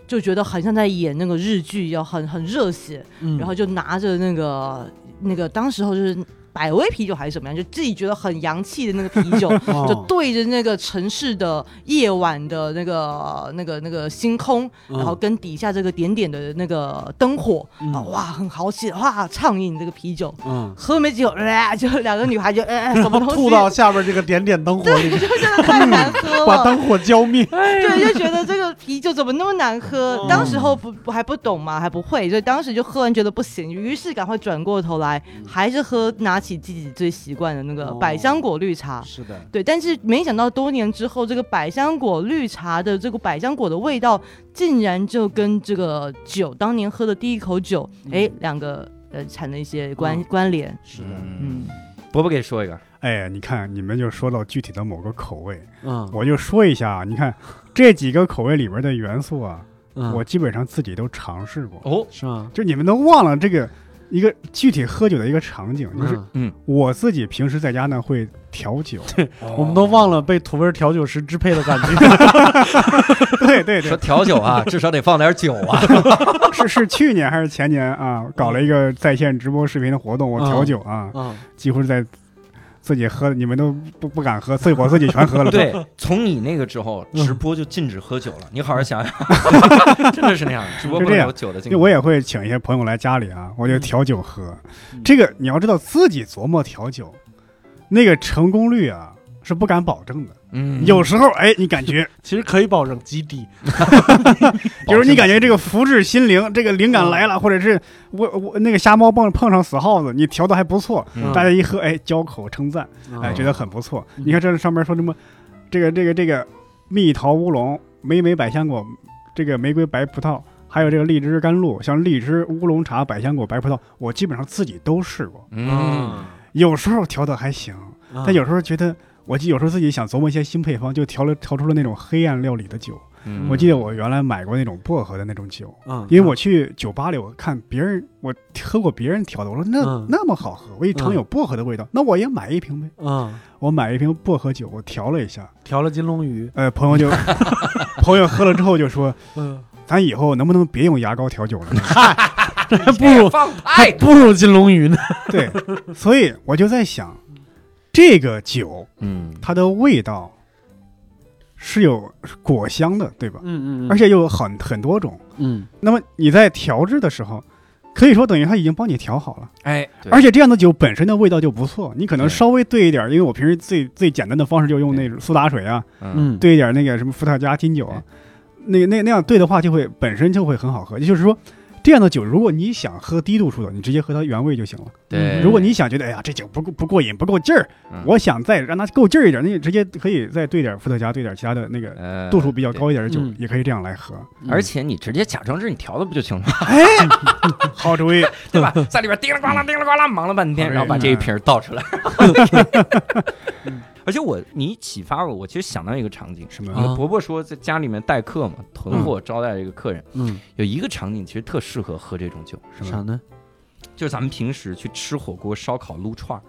S3: 就觉得很像在演那个日剧一样，很很热血。
S2: 嗯
S3: 然后就拿着那个那个，当时候就是百威啤酒还是什么样，就自己觉得很洋气的那个啤酒，
S2: 哦
S3: 就对着那个城市的夜晚的那个那个那个星空，
S2: 嗯
S3: 然后跟底下这个点点的那个灯火，
S2: 嗯
S3: 啊哇，很豪气，哇，畅饮这个啤酒。
S2: 嗯，
S3: 喝没酒，哎，就两个女孩就哎，哎什么东西，
S2: 吐到下边这个点点灯火里，嗯
S3: 就真的太难喝
S2: 把
S3: 了。
S2: 灯火浇灭。
S3: 对，就觉 得这个啤酒怎么那么难喝
S2: 嗯？
S3: 当时候不不还不懂嘛，还不会，所以当时就喝完觉得不行，于是赶快转过头来，还是喝拿起自己最习惯的那个
S2: 哦
S3: 百香果绿茶。
S2: 是的，
S3: 对，但是没想到多年之后，这个百香果绿茶的这个百香果的味道，竟然就跟这个酒当年喝的第一口酒，哎、两个呃产了一些关、
S2: 嗯
S3: 关联。
S2: 是
S1: 嗯，
S3: 嗯，
S1: 伯伯给说一个，
S5: 哎，你看你们就说到具体的某个口味，
S2: 嗯，
S5: 我就说一下啊，你看这几个口味里边的元素啊，
S2: 嗯
S5: 我基本上自己都尝试过，
S1: 哦，
S2: 是吗？
S5: 就你们都忘了这个一个具体喝酒的一个场景，就是
S2: 嗯
S5: 我自己平时在家呢会调酒， 哦
S2: 我们都忘了被土味调酒师支配的感觉。
S5: 对对
S1: 说
S5: 对，
S1: 调酒啊，至少得放点酒啊。
S5: 是是去年还是前年啊，搞了一个在线直播视频的活动，我
S2: 嗯
S5: 调酒啊，
S2: 嗯，
S5: 几乎是在自己喝，你们都不不敢喝，所以我自己全喝 了。
S1: 对，从你那个之后，
S5: 嗯
S1: 直播就禁止喝酒了。你好好 想想，真的是那样，直播不能有酒的禁忌。
S5: 因为我也会请一些朋友来家里啊，我就调酒喝。
S2: 嗯
S5: 这个你要知道，自己琢磨调酒，那个成功率啊是不敢保证的。
S1: 嗯
S5: 有时候哎，你感觉
S2: 其实可以保证极低。
S5: 就是你感觉这个福至心灵，这个灵感来了，或者是我我那个瞎猫碰碰上死耗子，你调的还不错，
S1: 嗯
S5: 大家一喝哎交口称赞，
S2: 啊
S5: 哎觉得很不错。你看这上面说什么，这个这个这个蜜桃乌龙、莓莓百香果、这个玫瑰白葡萄，还有这个荔枝甘露，像荔枝乌龙茶、百香果白葡萄，我基本上自己都试过，
S1: 嗯，
S5: 有时候调的还行，
S2: 嗯，
S5: 但有时候觉得。我记有时候自己想琢磨一些新配方，就调了调出了那种黑暗料理的酒。
S1: 嗯
S5: 我记得我原来买过那种薄荷的那种酒，
S2: 嗯，
S5: 因为我去酒吧里，我看别人，我喝过别人调的，我说那、
S2: 嗯
S5: 那么好喝，我一尝有薄荷的味道，那我也买一瓶呗。
S2: 嗯
S5: 我买一瓶薄荷酒，我调了一下，
S2: 调了金龙鱼，
S5: 呃，朋友就 朋友喝了之后就说，
S2: 嗯，
S5: 咱以后能不能别用牙膏调酒 了？
S2: 还不如
S1: 放
S2: 还
S1: 派。
S2: 不如金龙鱼呢。
S5: 对，所以我就在想，这个酒
S1: 嗯，
S5: 它的味道是有果香的，对吧？
S2: 嗯
S5: 而且有很很多种。
S2: 嗯
S5: 那么你在调制的时候，可以说等于它已经帮你调好了。
S1: 哎，对
S5: 而且这样的酒本身的味道就不错，你可能
S1: 对
S5: 稍微兑一点儿，因为我平时最最简单的方式就用那种苏打水啊，
S1: 嗯
S2: 嗯，
S5: 兑一点儿那个什么伏特加、金酒啊，那个那那样兑的话，就会本身就会很好喝。也就是说，这样的酒，如果你想喝低度数的，你直接喝它原味就行了。
S1: 对，
S5: 如果你想觉得哎呀这酒不够不过瘾、不够劲儿，
S1: 嗯
S5: 我想再让它够劲儿一点，那你直接可以再兑点儿伏特加，兑点儿其他的那个
S1: 呃
S5: 度数比较，高一点的酒
S2: 嗯，
S5: 也可以这样来喝。
S1: 而且你直接假装是你调的不就行了，嗯
S5: 好 主意，
S1: 对 吧？在里边叮了咣啷叮了咣啷忙了半天，
S5: 好嘞啊
S1: 然后把这一瓶倒 出来。而且我你启发我，我其实想到一个场景。
S5: 什么
S1: 我们伯伯说在家里面待客嘛，囤货招待这个客人，
S2: 嗯，
S1: 有一个场景其实特适合喝这种酒，
S5: 什
S2: 啥
S5: 么？
S2: 呢？
S1: 就是咱们平时去吃火锅、烧烤、撸串儿。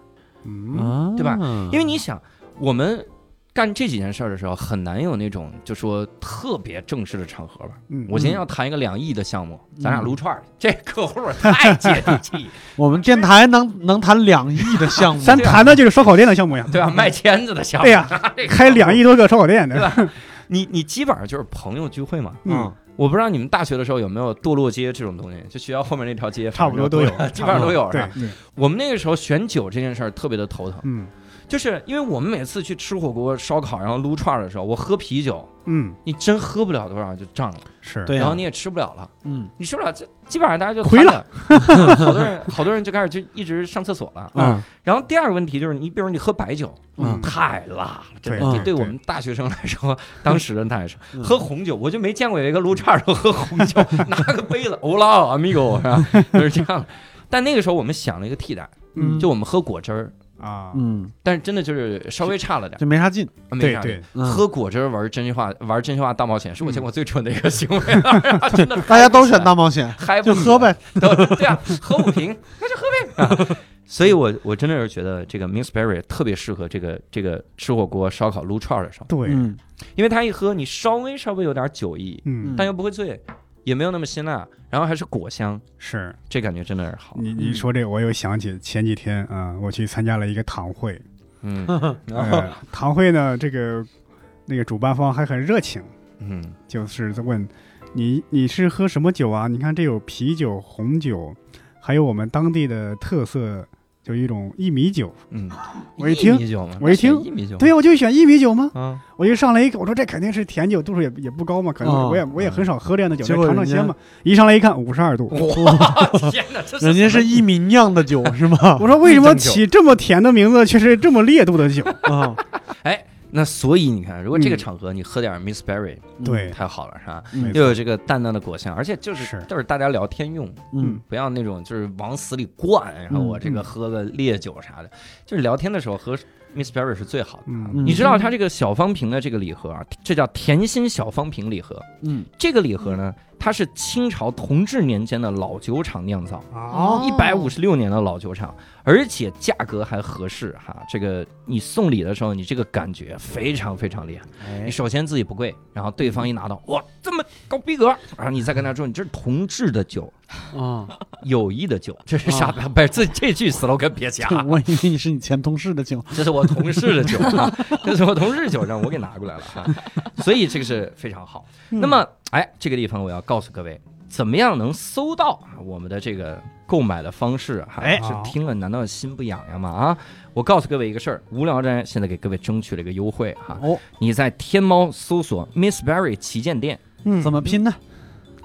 S5: 嗯，
S2: 啊，
S1: 对吧？因为你想，我们干这几件事儿的时候，很难有那种就说特别正式的场合吧。
S5: 嗯
S1: 我今天要谈一个两亿的项目，咱俩撸串儿，这客户太接地 气，
S2: 我们电台能能谈两亿的项目，
S5: 咱
S1: 对啊
S5: 谈的就是烧烤店的项目呀。
S1: 对吧？卖签子的项目，
S5: 对 呀，开两亿多个烧烤店
S1: 对
S5: 的，
S1: 吧你你基本上就是朋友聚会嘛。
S5: 嗯，
S1: 我不知道你们大学的时候有没有堕落街这种东西，就学校后面那条街，
S5: 差不多都
S1: 反
S5: 有
S1: 正， 基本上都有。是
S5: 对
S1: 吧？，
S5: 对
S1: 我们那个时候选酒这件事儿特别的头疼，
S5: 嗯
S1: 就是因为我们每次去吃火锅、烧烤，然后撸串儿的时候，我喝啤酒，
S5: 嗯，
S1: 你真喝不了多少就胀了，
S5: 是，
S2: 对
S1: 然
S2: 啊
S1: 后你，也吃不了了。
S2: 嗯
S1: 你受不了，这基本上大家就
S5: 亏
S1: 瘫了， 好多人好多人就开始就一直上厕所了。
S2: 嗯
S1: 然后第二个问题就是，你比如你喝白酒
S2: 嗯
S1: 太辣了，真
S5: 对嗯
S1: 的，这对
S5: 对
S1: 我们大学生来说，当时的大学生
S2: 嗯
S1: 喝红酒，我就没见过有一个撸串儿的喝红 酒，拿个杯子，哦欧拉阿米狗是吧？ 就是这样的。但那个时候我们想了一个替代，
S2: 嗯
S1: 就我们喝果汁儿，
S5: 啊，
S2: 嗯，
S1: 但是真的就是稍微差了点
S2: 就没啥劲。
S1: 儿，没
S5: 对
S1: 啥劲。
S5: 对，
S2: 嗯
S1: 喝果汁儿玩真心话，玩真心话大冒险是我见过最蠢的一个行为了，真的
S2: 大家都选大冒险，
S1: 嗨不
S2: 就
S1: 起
S2: 喝
S1: 来
S2: 呗。
S1: 对对啊，喝五瓶， 那就喝呗。啊所以我，我真的是觉得这个 Mix Berry 特别适合这个这个吃火锅、烧烤、撸串儿的时候，
S5: 对，
S2: 嗯
S1: 因为它一喝，你稍微稍微有点酒意，
S5: 嗯
S2: 嗯，
S1: 但又不会醉，也没有那么辛辣，然后还是果香，
S5: 是
S1: 这感觉真的是好。嗯
S5: 你你说这个，我又想起前几天啊，我去参加了一个堂会，
S1: 嗯
S2: 哦
S5: 呃，堂会呢，这个那个主办方还很热情，
S1: 嗯
S5: 就是在问你你是喝什么酒啊？你看这有啤酒、红酒，还有我们当地的特色，就一种薏米酒。
S1: 嗯，
S5: 我一听
S1: 薏米酒嘛，
S5: 我一听
S1: 一米酒，
S5: 对呀，我就选薏米酒吗？
S1: 啊，
S5: 我一上来一口，我说这肯定是甜酒，度数也也不高嘛，可能
S2: 哦
S5: 我也我也很少喝这样的酒，
S2: 结
S5: 再
S2: 果
S5: 尝尝
S2: 人家
S5: 鲜嘛。一上来一看五十二度，
S1: 哇，天哪，这
S2: 人家是一米酿的酒是吗？
S5: 我说为什么起这么甜的名字，却是这么烈度的酒？
S2: 啊，
S1: 那所以你看，如果这个
S5: 嗯
S1: 场合你喝点 Mix Berry，
S5: 对，
S1: 太好了，是吧？
S2: 嗯
S1: 又有这个淡淡的果香，而且就是
S5: 是
S1: 就是大家聊天用，
S2: 嗯
S1: 不要那种就是往死里灌，然后我这个
S5: 嗯
S1: 喝个烈酒啥的，就是聊天的时候喝 Miss Berry 是最好的。
S4: 嗯
S2: 嗯
S1: 你知道它这个小方瓶的这个礼盒啊，这叫甜心小方瓶礼盒。
S2: 嗯，
S1: 这个礼盒呢，它是清朝同治年间的老酒厂酿造，
S3: 哦
S4: 啊，
S1: 一百五十六年的老酒厂，而且价格还合适哈。这个你送礼的时候，你这个感觉非常非常厉害。
S2: 哎
S1: 你，首先自己不贵，然后对方一拿到，哇，这么高逼格，然后你再跟他说，你这是同治的酒，
S2: 啊，
S1: 友谊的酒，这是啥？不是这这句 slogan 别加，
S2: 我以为你是你前同事的酒，
S1: 这是我同事的酒啊，这是我同事的酒，让我给拿过来了啊，所以这个是非常好。
S3: 嗯
S1: 那么，哎，这个地方我要告诉各位，怎么样能搜到啊我们的这个购买的方式啊？
S2: 哎
S1: 是听了难道心不痒痒吗？啊，我告诉各位一个事儿，无聊斋现在给各位争取了一个优惠哈、
S2: 哦，
S1: 你在天猫搜索 Miss Berry 旗舰店
S4: 嗯
S2: 怎么拼呢？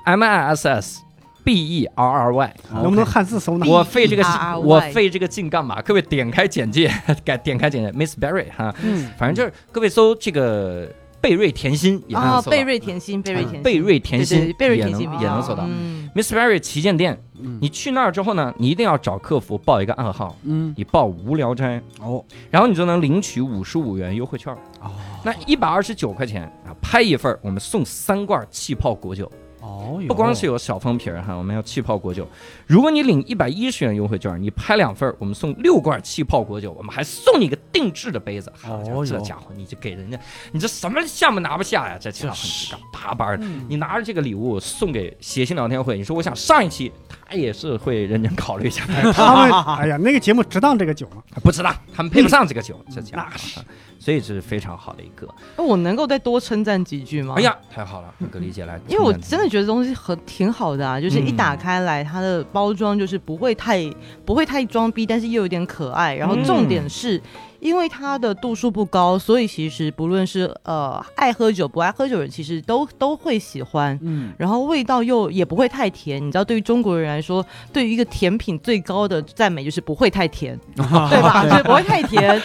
S1: M I S S B E R R Y。
S2: 能
S5: 能不能汉字搜呢？
S3: E
S1: 我费这个
S3: BRRY
S1: 我费这个劲干嘛？各位点开简介，改点开简介，Miss Berry 哈，
S2: 嗯
S1: 反正就是各位搜这个贝瑞甜心也能
S3: 啊，
S1: 搜到，
S3: 贝瑞甜心，贝瑞甜心，
S1: 贝瑞甜
S3: 对
S1: 心
S3: 对贝瑞
S1: 也
S3: 甜
S1: 能
S3: 心比较
S1: 也
S3: 好
S1: 能搜到。
S3: 嗯
S1: Miss Berry 旗舰店，
S2: 嗯
S1: 你去那儿之后呢，你一定要找客服报一个暗号，
S2: 嗯，
S1: 你报“无聊斋
S2: 哦”，
S1: 然后你就能领取五十五元优惠券。
S2: 哦
S1: 那一百二十九块钱啊，拍一份儿，我们送三罐气泡果酒。
S2: 哦，
S1: 不光是有小方瓶儿哈，我们要气泡果酒。如果你领一百一十元优惠券，你拍两份儿，我们送六罐气泡果酒，我们还送你一个定制的杯子。好家伙
S2: 哦
S1: 这
S2: 哟
S1: 家伙你就给人家，你这什么项目拿不下呀？这家伙你干大班儿的，
S3: 嗯
S1: 你拿着这个礼物送给谐星聊天会，你说我想上一期他也是会认真考虑 一下，但是
S5: 他们，哎呀，那个节目值当这个酒吗？
S1: 他不知道他们配不上这个酒，
S3: 嗯
S1: 这家伙。啊所以这是非常好的一个，
S3: 那我能够再多称赞几句吗？
S1: 哎，呀，太好了，格力姐来，
S3: 因为我真的觉得东西很挺好的啊，就是一打开来，它的包装就是不会太不会太装逼，但是又有点可爱。然后重点是。因为它的度数不高，所以其实不论是呃爱喝酒不爱喝酒的人，其实都都会喜欢。
S2: 嗯，
S3: 然后味道又也不会太甜，你知道，对于中国人来说，对于一个甜品最高的赞美就是不会太 甜，对吧？就是不会太 甜，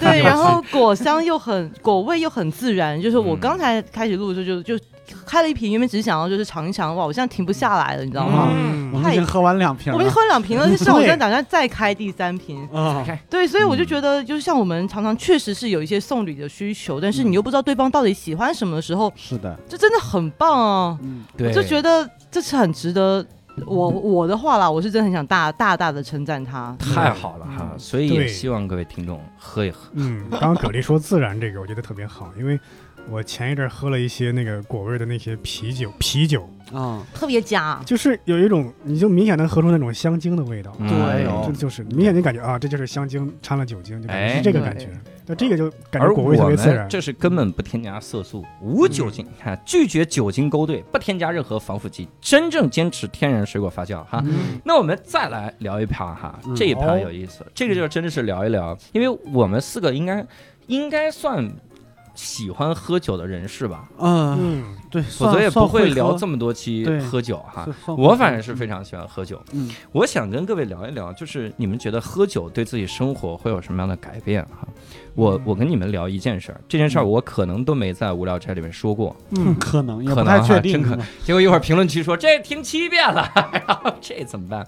S3: 对。然后果香又很果味又很自然，就是我
S1: 嗯
S3: 刚才开始录的时候就就开了一瓶，原本只是想要就是尝一尝，哇，我现在停不下来了，你知道吗？
S1: 嗯
S2: 我们已经喝完两瓶啊了
S3: 我们已经喝两瓶了，就像我现在打算再开第三瓶。
S1: 嗯
S2: 啊，
S3: 对，所以我就觉得，就是像我们常常确实是有一些送礼的需求，但是你又不知道对方到底喜欢什么的时候，
S2: 是的，
S3: 这真的很棒啊！
S2: 嗯，
S1: 对，
S3: 我就觉得这是很值得。我我的话啦，我是真的很想大大大的称赞他。
S1: 太好了哈，
S3: 嗯
S1: 所以也
S5: 对
S1: 希望各位听众喝一喝。
S5: 嗯，刚刚葛丽说自然这个，我觉得特别好，因为我前一阵儿喝了一些那个果味儿的那些 啤酒，啤酒
S1: 嗯
S2: 啊，
S3: 特别假，
S5: 就是有一种，你就明显能喝出那种香精的味道，
S1: 嗯
S2: 对
S1: 哎
S2: 哦
S5: 就就是明显就感觉啊，这就是香精掺了酒精，就感觉
S1: 哎
S5: 是这个感觉。那这个就感觉
S1: 而
S5: 果
S1: 我
S5: 味特别
S1: 们
S5: 自然，
S1: 这是根本不添加色素，无酒精，你
S2: 嗯
S1: 看拒绝酒精勾兑，不添加任何防腐剂，真正坚持天然水果发酵哈。
S2: 嗯
S1: 那我们再来聊一盘哈
S2: 嗯，
S1: 这一盘有意思，这个就真的是聊一聊，因为我们四个应该应该算喜欢喝酒的人士吧，
S2: 嗯，
S5: 嗯，
S2: 对，
S1: 否则也不会聊这
S2: 么
S1: 么多期
S2: 对
S1: 喝酒哈。我反正是非常喜欢喝酒，
S2: 嗯
S1: 我想跟各位聊一聊，就是你们觉得喝酒对自己生活会有什么样的改变哈？我我跟你们聊一件事儿，这件事儿我可能都没在无聊斋里面说过，
S2: 嗯，可能也
S1: 可
S2: 不
S1: 能
S2: 太
S1: 哈
S2: 确定，
S1: 真可结果一会儿评论区说这听七遍了， 然后这怎么办？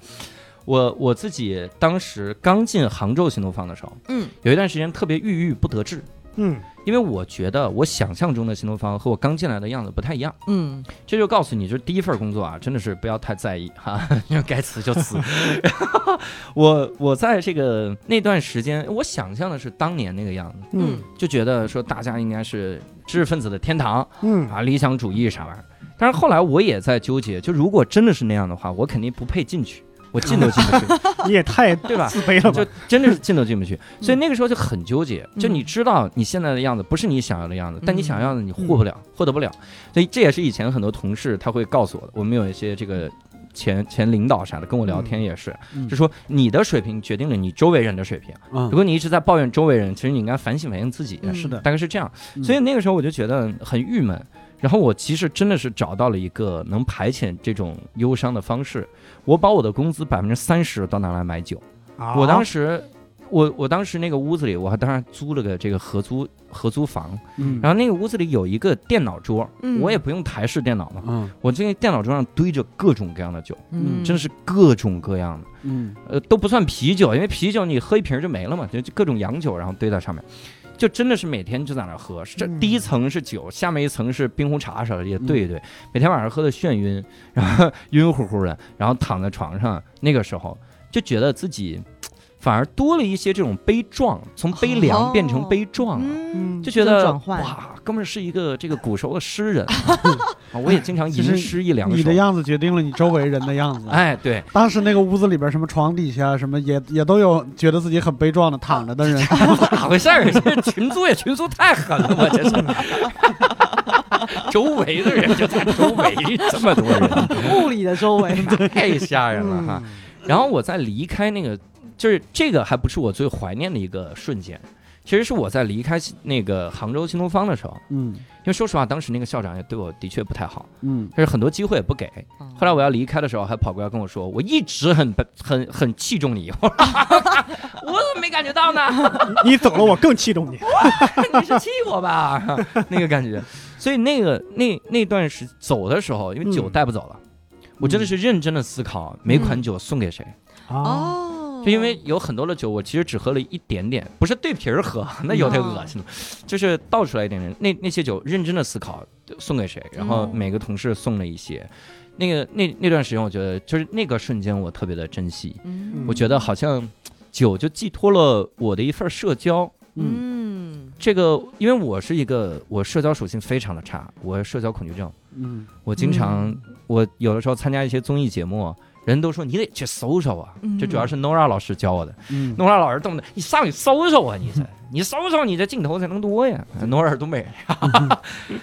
S1: 我我自己当时刚进杭州行动坊的时候，
S3: 嗯，
S1: 有一段时间特别郁郁不得志，
S5: 嗯，
S1: 因为我觉得我想象中的行动坊和我刚进来的样子不太一样。
S3: 嗯，
S1: 这就告诉你，就是第一份工作啊，真的是不要太在意哈， 因为该辞就辞。然后我我在这个那段时间，我想象的是当年那个样子，
S3: 嗯，
S1: 就觉得说大家应该是知识分子的天堂
S5: 嗯，
S1: 啊，理想主义啥玩意儿。但是后来我也在纠结，就如果真的是那样的话，我肯定不配进去，我进都进不去。
S5: 你也太
S1: 对吧
S5: 自卑了吧
S1: 就？真的是进都进不去，所以
S2: 嗯
S1: 那个时候就很纠结。就你知道你现在的样子不是你想要的样子，但你
S2: 嗯
S1: 想要的你获不了，获得不了。所以这也是以前很多同事他会告诉我的，我们有一些这个前前领导啥的跟我聊天也是，
S2: 嗯
S1: 就说你的水平决定了你周围人的水平。如
S2: 嗯，
S1: 果你一直在抱怨周围人，其实你应该反省反省自己。
S3: 嗯
S2: 是的，
S1: 大概是这样，
S2: 嗯
S1: 所以那个时候我就觉得很郁闷。然后我其实真的是找到了一个能排遣这种忧伤的方式，我把我的工资百分之三十都拿来买酒。
S5: 啊
S1: 我当时我我当时那个屋子里，我还当然租了个这个合租合租房，
S2: 嗯
S1: 然后那个屋子里有一个电脑桌，
S3: 嗯
S1: 我也不用台式电脑嘛，
S2: 嗯
S1: 我这个电脑桌上堆着各种各样的酒，
S2: 嗯
S1: 真是各种各样的，
S2: 嗯
S1: 呃，都不算啤酒，因为啤酒你喝一瓶就没了嘛，就就各种洋酒，然后堆在上面，就真的是每天就在那儿喝。是这
S3: 嗯
S1: 第一层是酒，下面一层是冰红茶啥的，也兑一兑。每天晚上喝的眩晕，然后 晕乎乎的，然后躺在床上，那个时候就觉得自己反而多了一些这种悲壮，从悲凉变成悲壮了。
S3: 哦
S5: 啊
S3: 嗯，
S1: 就觉
S3: 这种
S1: 得
S3: 转换
S1: 哇，哥们儿是一个这个古时候的诗人啊， 我也经常
S2: 其实
S1: 吟诗一两
S2: 你
S1: 首
S2: 的。样子决定了你周围人的样子。，
S1: 哎，对，
S2: 当时那个屋子里边，什么床底下，什么也也都有觉得自己很悲壮的躺着的 人。
S1: 咋回事儿？ 这群租也群租太狠了，我这是。周围的人就在周围，这么多人，
S3: 嗯物理的周围吧，
S1: 太吓人了哈。然后我在离开那个，就是这个还不是我最怀念的一个瞬间，其实是我在离开那个杭州新东方的时候，
S2: 嗯
S1: 因为说实话，当时那个校长也对我的确不太好，
S2: 嗯
S1: 但是很多机会也不给。
S3: 嗯
S1: 后来我要离开的时候，还跑过来跟我说，我一直很很很器重你， 我说我怎么没感觉到呢？
S5: 你走了，我更器重你。
S1: 你是气我吧？那个感觉。所以那个那那段时走的时候，因为酒
S5: 嗯
S1: 带不走了，我真的是认真的思考每款酒送给谁，
S5: 啊，
S3: 哦，
S1: 就因为有很多的酒我其实只喝了一点点，不是对瓶儿喝， 那有点恶心了，就是倒出来一点点。那那些酒认真的思考送给谁，然后
S3: 嗯
S1: 每个同事送了一些。那个那那段时间，我觉得就是那个瞬间，我特别的珍惜。
S3: 嗯
S1: 我觉得好像酒就寄托了我的一份社交，
S2: 嗯
S3: 嗯
S1: 这个，因为我是一个我社交属性非常的差，我社交恐惧症，
S2: 嗯
S1: 我经常、我有的时候参加一些综艺节目，人都说你得去搜搜啊，
S3: 嗯
S1: 这主要是 Nora 老师教我的。
S2: 嗯，
S1: Nora 老师动不动你上去搜搜啊，你这你搜搜你这镜头才能多呀。Nora 是东北人，哈哈哈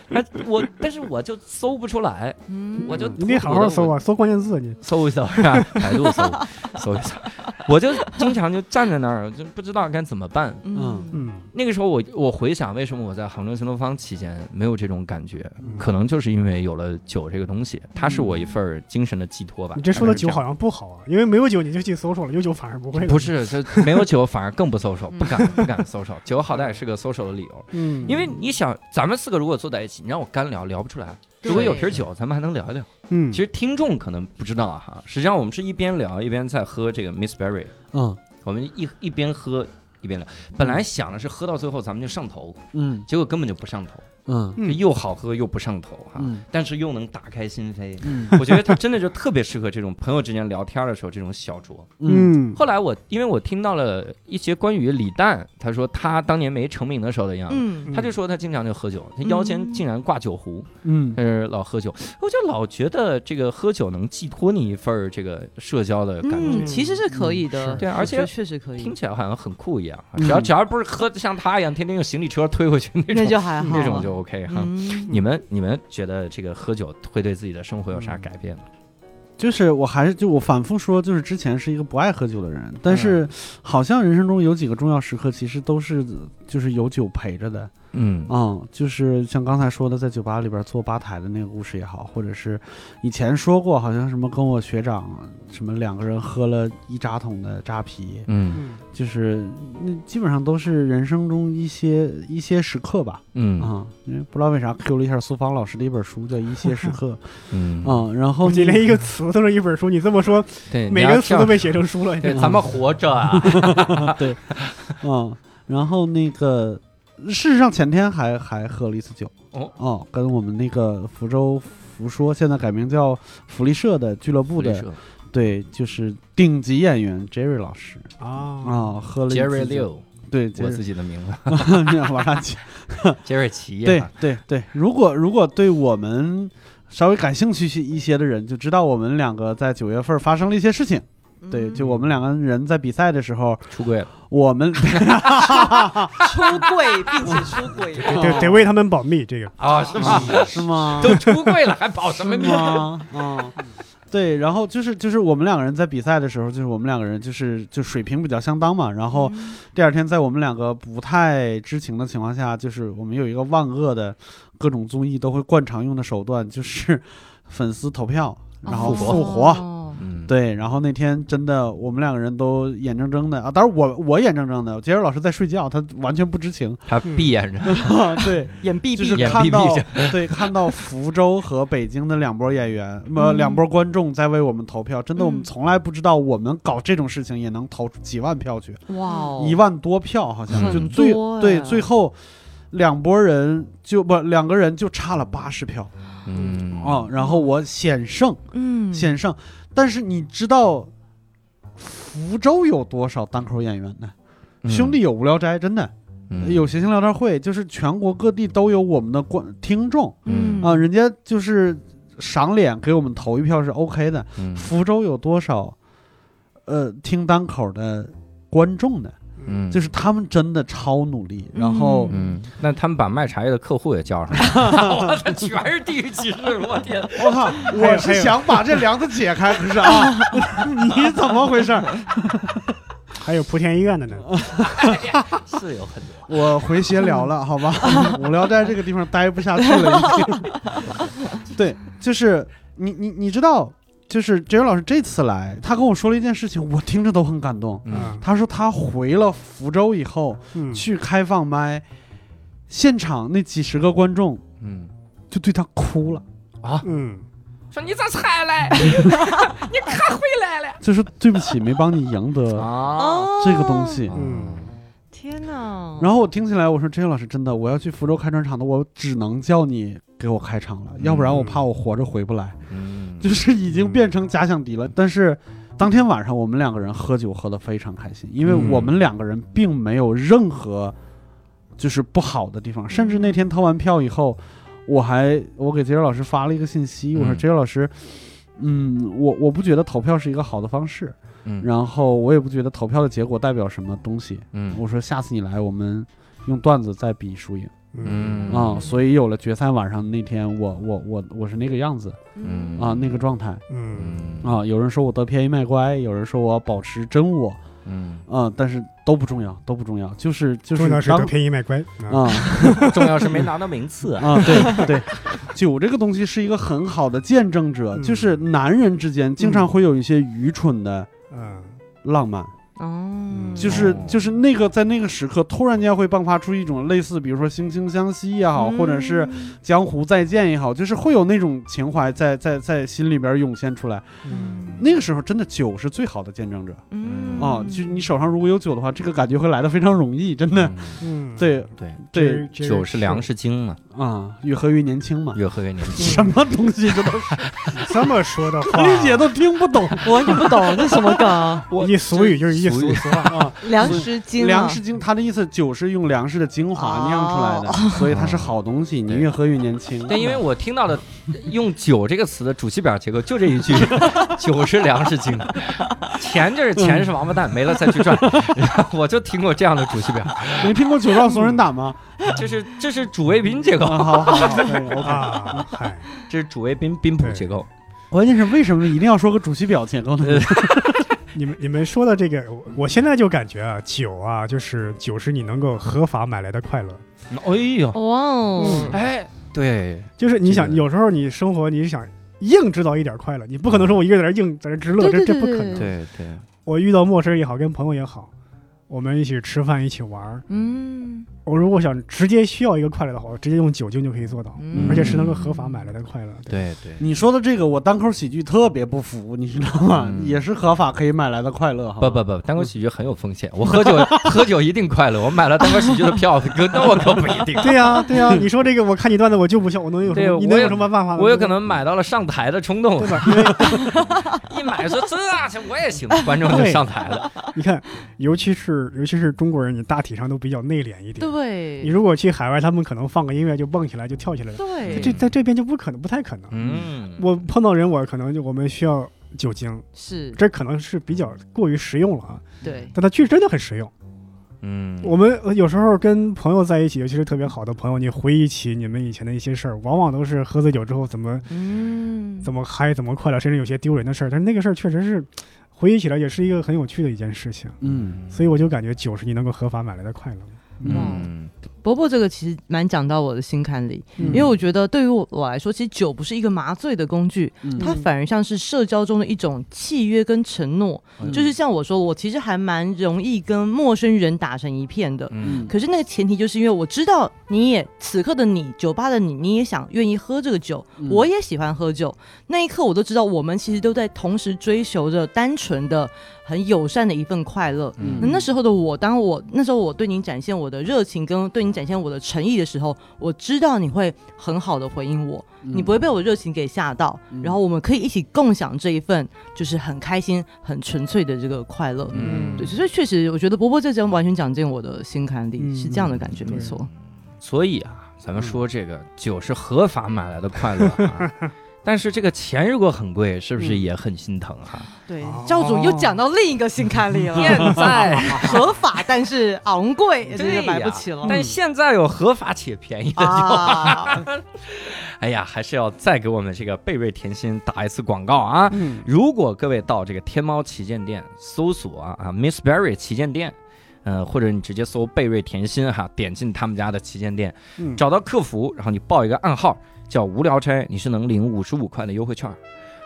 S1: 哎我但是我就搜不出来，
S3: 嗯，
S1: 我就
S5: 你得好好搜
S1: 啊。
S5: 啊，搜关键字你。
S1: 搜一搜，是吧百度搜搜一搜，我就经常就站在那儿，就不知道该怎么办。
S3: 嗯
S5: 嗯，
S1: 那个时候我我回想为什么我在杭州新东方期间没有这种感觉，
S2: 嗯
S1: 可能就是因为有了酒这个东西，它是我一份儿精神的寄托吧。
S5: 你这说的酒
S1: 大
S5: 好像不好啊，因为没有酒你就去搜索了，有酒反而不会
S1: 概
S5: 了。
S1: 是这样，不是这没有酒反而更不 social，
S3: 嗯
S1: 不敢不敢 social。酒好歹是个 social 的理由，
S2: 嗯
S1: 因为你想，咱们四个如果坐在一起，你让我干聊聊不出来。
S3: 对
S1: 如果有瓶酒，咱们还能聊一聊。
S5: 嗯，
S1: 其实听众可能不知道啊哈，实际上我们是一边聊一边在喝这个 Miss Berry，
S2: 嗯
S1: 我们一一边喝一边聊。本来想的是喝到最后咱们就上头，
S2: 嗯
S1: 结果根本就不上头。
S2: 嗯
S1: 这
S5: 嗯
S1: 又好喝又不上头哈、
S2: 嗯
S1: 但是又能打开心扉。
S2: 嗯
S1: 我觉得它真的就特别适合这种朋友之间聊天的时候这种小酌。
S2: 嗯
S1: 后来我因为我听到了一些关于李诞，他说他当年没成名的时候的样子。
S3: 嗯
S1: 他就说他经常就喝酒，他腰间
S3: 嗯
S1: 竟然挂酒壶，
S2: 嗯
S1: 他是老喝酒。我就老觉得这个喝酒能寄托你一份儿这个社交的感觉，
S3: 嗯，其实是可以的，
S1: 是对而
S3: 我
S1: 且
S3: 觉得确实可以
S1: 听，起来好像很酷一样啊。
S2: 嗯
S1: 只要只要不是喝得像他一样，天天用行李车推回去那
S3: 那
S1: 种，
S3: 就还好，
S1: 那种就 OK 哈。
S3: 哦嗯
S1: 你们你们觉得这个喝酒会对自己的生活有啥改变吗？
S2: 就是我还是就我反复说，就是之前是一个不爱喝酒的人，但是好像人生中有几个重要时刻，其实都是就是有酒陪着的。
S1: 嗯
S2: 嗯，就是像刚才说的，在酒吧里边做吧台的那个故事也好，或者是以前说过，好像什么跟我学长什么两个人喝了一扎桶的扎啤，
S1: 嗯
S5: 嗯
S2: 就是那基本上都是人生中一些一些时刻吧。
S1: 嗯
S2: 啊、因为不知道为啥 Q 了一下苏芳老师的一本书叫《一些时 刻》
S1: 嗯
S2: 啊、然后
S5: 我
S2: 你
S5: 你连一个词都是一本书，你这么说，
S1: 对，
S5: 每
S1: 你要
S5: 个词
S1: 这
S5: 都
S1: 样
S5: 被写成书了。
S1: 对，
S2: 嗯
S1: 咱们活着 啊，
S2: 嗯，然后那个，事实上前天还还喝了一次酒
S1: 哦
S2: 跟我们那个福州福说，现在改名叫福利社的俱乐部
S1: 福利
S2: 的，
S1: 社
S2: 对，就是顶级演员 Jerry 老师
S1: 哦
S5: 啊，
S2: 啊、喝了一
S1: Jerry
S2: 次酒，
S1: Liu，
S2: 对
S1: 我
S2: ，Jerry
S1: 自己的名字
S2: 往上去，
S1: ，Jerry 啊齐
S2: 对
S1: 呀，
S2: 对对，如果如果对我们。稍微感兴趣一些的人就知道我们两个在九月份发生了一些事情。对，
S3: 嗯
S1: 嗯
S2: 就我们两个人在比赛的时候，
S1: 出柜了，
S2: 我们
S3: 出柜，并且出轨，
S5: 得得得为他们保 密这个。
S1: 啊，是吗？
S2: 是吗？
S1: 都出柜了还保什 么
S2: 是
S1: 密？
S2: 吗？啊、 对，然后就是就是我们两个人在比赛的时候，就是我们两个人就是就水平比较相当嘛。然后第二天在我们两个不太知情的情况下，就是我们有一个万恶的各种综 艺都会惯常用的手段，就是粉丝投票，然后
S1: 哦
S2: 复活。
S3: 哦
S1: 嗯嗯，
S2: 对，然后那天真的，我们两个人都眼睁睁的啊，当然我我眼睁睁的，杰瑞老师在睡觉，他完全不知情。
S1: 他闭眼着，
S2: 对，
S3: 眼闭
S2: 就是
S3: 闭，
S1: 眼
S2: 看
S1: 闭
S2: 到
S1: 闭
S2: 对看到福州和北京的两波演员，呃，
S1: 嗯
S2: 两波观众在为我们投票，真的，我们
S3: 嗯
S2: 从来不知道我们搞这种事情也能投出几万票去，
S3: 哇哦，
S2: 一万多票好像
S1: 嗯
S2: 就最
S3: 很多
S2: 对
S3: 哎
S2: 最后。两拨人就不两个人就差了八十票
S1: 嗯
S2: 啊、然后我险胜，
S3: 嗯，
S2: 险胜。但是你知道福州有多少单口演员呢？兄弟有哎无聊斋，真的、
S1: 嗯
S2: 有谐星聊天会，就是全国各地都有我们的观听众
S1: 嗯
S2: 啊、人家就是赏脸给我们投一票是 OK 的。
S1: 嗯
S2: 福州有多少呃听单口的观众呢？
S1: 嗯
S2: 就是他们真的超努力，然后、
S1: 嗯，那他们把卖茶叶的客户也叫上了， 我操，全是地域歧视，我天！
S2: 我靠，我是想把这梁子解开，可是啊， 你怎么回事儿？
S5: 还有莆田医院的呢。
S1: 嗯是有很多，
S2: 我回闲聊了， 好吧？无聊在这个地方待不下去了，已经。对，就是你你你知道，就是杰瑞老师这次来，他跟我说了一件事情，我听着都很感动。
S1: 嗯
S2: 他说他回了福州以后
S5: 啊嗯，
S2: 去开放麦，现场那几十个观众
S1: 嗯
S2: 就对他哭了，
S1: 啊，
S5: 嗯，
S1: 说你咋才来？你可回来了
S2: 就说对不起，没帮你赢 得
S1: 啊！
S3: 哦，
S2: 这个东，西。
S5: 嗯
S3: 天哪！
S2: 然后我听起来，我说：“陈老师，真的，我要去福州开专场的，我只能叫你给我开场了，要不然我怕我活着回不来。”
S1: 嗯，
S2: 就是已经变成假想敌了。但是当天晚上我们两个人喝酒喝得非常开心，因为
S1: 嗯
S2: 我们两个人并没有任何就是不好的地
S1: 嗯
S2: 方，甚至那天投完票以后，我还我给杰瑞老师发了一个信息，我说
S1: 嗯
S2: 杰瑞老师。嗯，我我不觉得投票是一个好的方式，
S1: 嗯
S2: 然后我也不觉得投票的结果代表什么东西。
S1: 嗯
S2: 我说下次你来，我们用段子再比输赢
S1: 嗯
S2: 啊、所以有了决赛晚上那天我，我我我是那个样子
S1: 嗯
S2: 啊、那个状态。
S5: 嗯
S1: 嗯
S2: 啊，有人说我得便宜卖乖，有人说我保持真我，
S1: 嗯，
S2: 啊，但是都不重要，都不重要，就是就
S5: 重
S2: 是
S5: 要是
S2: 当
S5: 得便宜卖乖啊。
S2: 啊
S1: 重要是没拿到名次。
S2: 啊，对对，酒这个东西是一个很好的见证者，就是男人之间经常会有一些愚蠢的
S5: 嗯
S2: 浪漫，
S3: 哦，
S2: 就是
S1: 哦
S2: 就是那个在那个时刻突然间会迸发出一种类似，比如说惺惺相惜也好，或者
S5: 嗯
S2: 是江湖再见也好，就是会有那种情怀在在在心里边涌现出来。
S5: 嗯
S2: 那个时候真的酒是最好的见证者。
S3: 嗯
S2: 啊，就你手上如果有酒的话，这个感觉会来的非常容易，真的。
S5: 嗯，
S2: 对
S1: 对，
S2: 对
S5: 这，
S1: 酒是粮，食精嘛，
S2: 啊，越喝越年轻嘛。
S1: 越喝越年轻。
S2: 什么东西这都是
S5: 这这么说的 话，
S2: 丽姐都听不 懂
S3: 我完全不
S2: 哦
S3: 懂这什么梗，
S5: 一俗语就是一
S1: 俗
S5: 俗
S1: 语
S5: 俗话，
S2: 啊。
S3: 粮食精，哦
S2: 粮食，精，它的意思酒是用粮食的精华酿出来的，所以它是好东西，你
S1: 对
S2: 越喝越年轻。
S1: 但因为我听到的用“酒”这个词的主系表结构就这 一句：“酒是粮食精，钱就是钱是王八蛋，没了再去 赚。”我就听过这样的主系表，
S2: 没听过酒壮怂人胆吗？
S1: 这是这是主谓宾结
S2: 啊，
S1: 构，
S2: 好好 好对，OK。
S5: 啊，嗨，
S1: 这是主谓宾宾谱结构。
S2: 关键是为什么一定要说个主席表结
S1: 嗯
S2: 构呢？
S5: 你们你们说的这个，我我现在就感觉啊，酒啊，就是酒是你能够合法买来的快乐，
S1: 哎呦，
S3: 哇哦，
S1: 哎，对，
S5: 就是你
S1: 这
S5: 想
S1: 个
S5: 有时候你生活你想硬制造一点快乐，你不可能说我一个人在这硬在这直乐，这
S3: 对对
S5: 这不
S3: 对
S5: 可
S3: 对
S5: 能。
S1: 对对，
S5: 我遇到陌生人也好，跟朋友也好，我们一起吃饭一起玩儿，
S3: 嗯
S5: 我如果想直接需要一个快乐的话，我直接用酒精就可以做到，
S3: 嗯
S5: 而且是能够合法买来的快乐。
S1: 对对，
S2: 你说的这个，我单口喜剧特别不服，你知道吗？
S1: 嗯
S2: 也是合法可以买来的快乐哈。
S1: 不不不，单口喜剧很有风险。我喝 酒喝酒一定快乐，我买了单口喜剧的票，可那我可不一 定。
S5: 对呀、对呀、你说这个，我看你段子我就不笑，我能有什
S1: 对
S5: 么？你
S1: 我
S5: 能
S1: 也
S5: 有什么办法呢？
S1: 我有可能买到了上台的冲动
S5: 对，吧？因 为
S1: 一买说这这我也行，观众就上台了。
S5: 你看，尤其是尤其是中国人，你大体上都比较内敛一点。你
S3: 对
S5: 如果去海外，他们可能放个音乐就蹦起来，就跳起来了。
S3: 对，
S5: 这在这边就不可能，不太可能。
S1: 嗯，
S5: 我碰到人，我可能就我们需要酒精，
S3: 是
S5: 这可能是比较过于实用了啊。
S3: 对，
S5: 但它确实真的很实用。
S1: 嗯，
S5: 我们呃有时候跟朋友在一起，尤其是特别好的朋友，你回忆起你们以前的一些事儿，往往都是喝醉酒之后怎么
S3: 嗯，
S5: 怎么嗨、怎么快乐，甚至有些丢人的事儿。但是那个事儿确实是回忆起来也是一个很有趣的一件事情，
S2: 嗯，
S5: 所以我就感觉酒是你能够合法买来的快乐。
S3: 嗯
S1: 嗯，
S3: 伯伯这个其实蛮讲到我的心坎里，
S2: 嗯
S3: 因为我觉得对于我我来说，其实酒不是一个麻醉的工具，
S2: 嗯
S3: 它反而像是社交中的一种契约跟承诺。
S1: 嗯
S3: 就是像我说，我其实还蛮容易跟陌生人打成一片的。
S1: 嗯
S3: 可是那个前提就是因为我知道你也此刻的你，酒吧的你，你也想愿意喝这个酒，
S2: 嗯
S3: 我也喜欢喝酒。那一刻我都知道，我们其实都在同时追求着单纯的、很友善的一份快乐。那
S1: 嗯
S3: 那时候的我，当我那时候我对你展现我的热情跟对你展现我的诚意的时候，我知道你会很好的回应我，你不会被我热情给吓到，
S2: 嗯
S3: 然后我们可以一起共享这一份就是很开心、很纯粹的这个快乐。
S1: 嗯
S3: 对，所以确实，我觉得伯伯这张完全讲进我的心坎里，
S2: 嗯
S3: 是这样的感觉，
S5: 嗯
S3: 没错。
S1: 所以啊，咱们说这个酒是合法买来的快乐啊， 但是这个钱如果很贵，是不是也很心疼啊哈？
S3: 对
S5: 哦
S3: 教主又讲到另一个心坎里了，
S1: 在，
S3: 合法但是昂贵，真
S1: 对呀
S3: 的买不起了。
S1: 但现在有合法且便宜的酒，
S3: 嗯啊，
S1: 哎呀，还是要再给我们这个贝瑞甜心打一次广告啊！
S2: 嗯
S1: 如果各位到这个天猫旗舰店搜索啊啊 Miss Berry 旗舰店，呃，或者你直接搜贝瑞甜心哈，点进他们家的旗舰店，
S2: 嗯
S1: 找到客服，然后你报一个暗号叫无聊斋，你是能领五十五块的优惠券儿。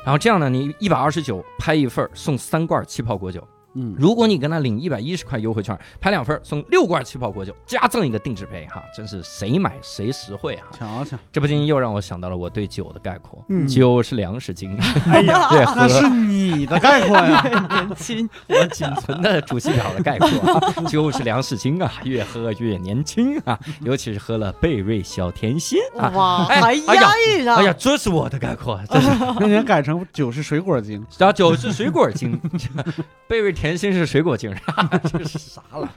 S1: 然后这样呢，你一百二十九拍一份儿送三罐气泡果酒。
S2: 嗯
S1: 如果你跟他领一百一十块优惠券儿，拍两份儿送六罐气泡果酒，加赠一个定制杯哈，真是谁买谁实惠啊哈。
S2: 瞧瞧，
S3: 啊
S1: 这不禁又让我想到了我对酒的概括，
S5: 嗯
S1: 酒是粮食精，
S5: 哎呀，
S1: 对，
S2: 那
S1: 喝
S2: 是你的概括呀，
S3: 年轻，
S1: 我仅存的主席表的概括、 啊，就是粮食精啊，越喝越年轻啊，尤其是喝了贝瑞小甜心啊，
S3: 哇，
S1: 哎
S3: 还
S1: 哎呀
S3: 押韵啊！
S1: 哎呀，这是我的概括，这是。
S2: 那你改成酒是水果精，
S1: 然后酒是水果精， 贝瑞甜心是水果精， 这是啥了？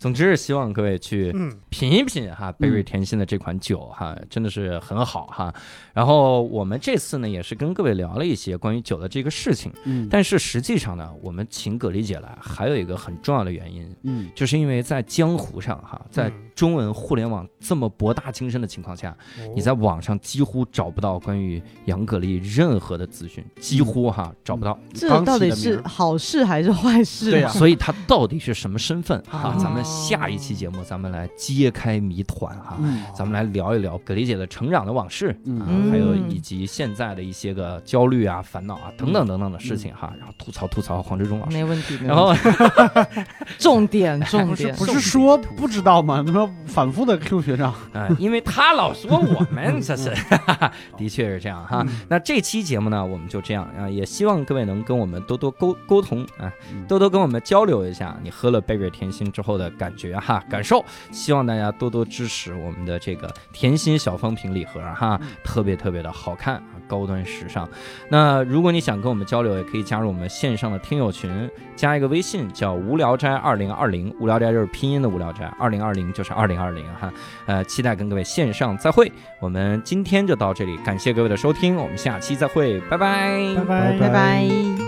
S1: 总之，希望各位去
S5: 嗯，
S1: 品一品哈，贝瑞甜心的这款酒哈，真的是很好哈。然后我们这次呢，也是跟各位聊了一些关于酒的这个事情，
S2: 嗯
S1: 但是实际上呢，我们请葛丽姐来，还有一个很重要的原因，
S2: 嗯
S1: 就是因为在江湖上哈，在
S5: 嗯
S1: 中文互联网这么博大精深的情况下，
S5: 嗯
S1: 你
S5: 哦
S1: 在网上几乎找不到关于杨葛丽任何的资讯，几
S2: 嗯
S1: 乎哈找不到。
S3: 这
S2: 刚
S3: 到底
S2: 起的
S3: 是
S2: 名儿
S3: 好事还是坏事？
S2: 对呀
S1: 所以她到底是什么身份
S2: 啊
S1: 哈
S3: 哦？
S1: 咱们下一期节目咱们来揭开谜团哈，
S2: 嗯
S1: 咱们来聊一聊葛丽姐的成长的往事。啊
S2: 嗯，
S1: 还有以及现在的一些个焦虑啊、烦恼啊等等等等的事情哈，然后吐槽吐槽黄志忠老师，
S3: 没问题。没问题
S1: 然后
S3: 重点重
S2: 不是
S3: 点
S2: 不是说不知道吗？他妈反复的 Q 学长，
S1: 啊，因为他老说我们，这是， 的确是这样哈。那这期节目呢，我们就这样啊，也希望各位能跟我们多多沟沟通啊，
S2: 嗯
S1: 多多跟我们交流一下你喝了贝瑞甜心之后的感觉哈，感受。希望大家多多支持我们的这个甜心小方瓶礼盒哈，特别特别的好看啊，高端时尚。那如果你想跟我们交流，也可以加入我们线上的听友群，加一个微信叫无聊斋二零二零，无聊斋就是拼音的无聊斋，二零二零就是二零二零哈。呃，期待跟各位线上再会。我们今天就到这里，感谢各位的收听，我们下期再会，拜拜
S5: 拜拜
S3: 拜拜。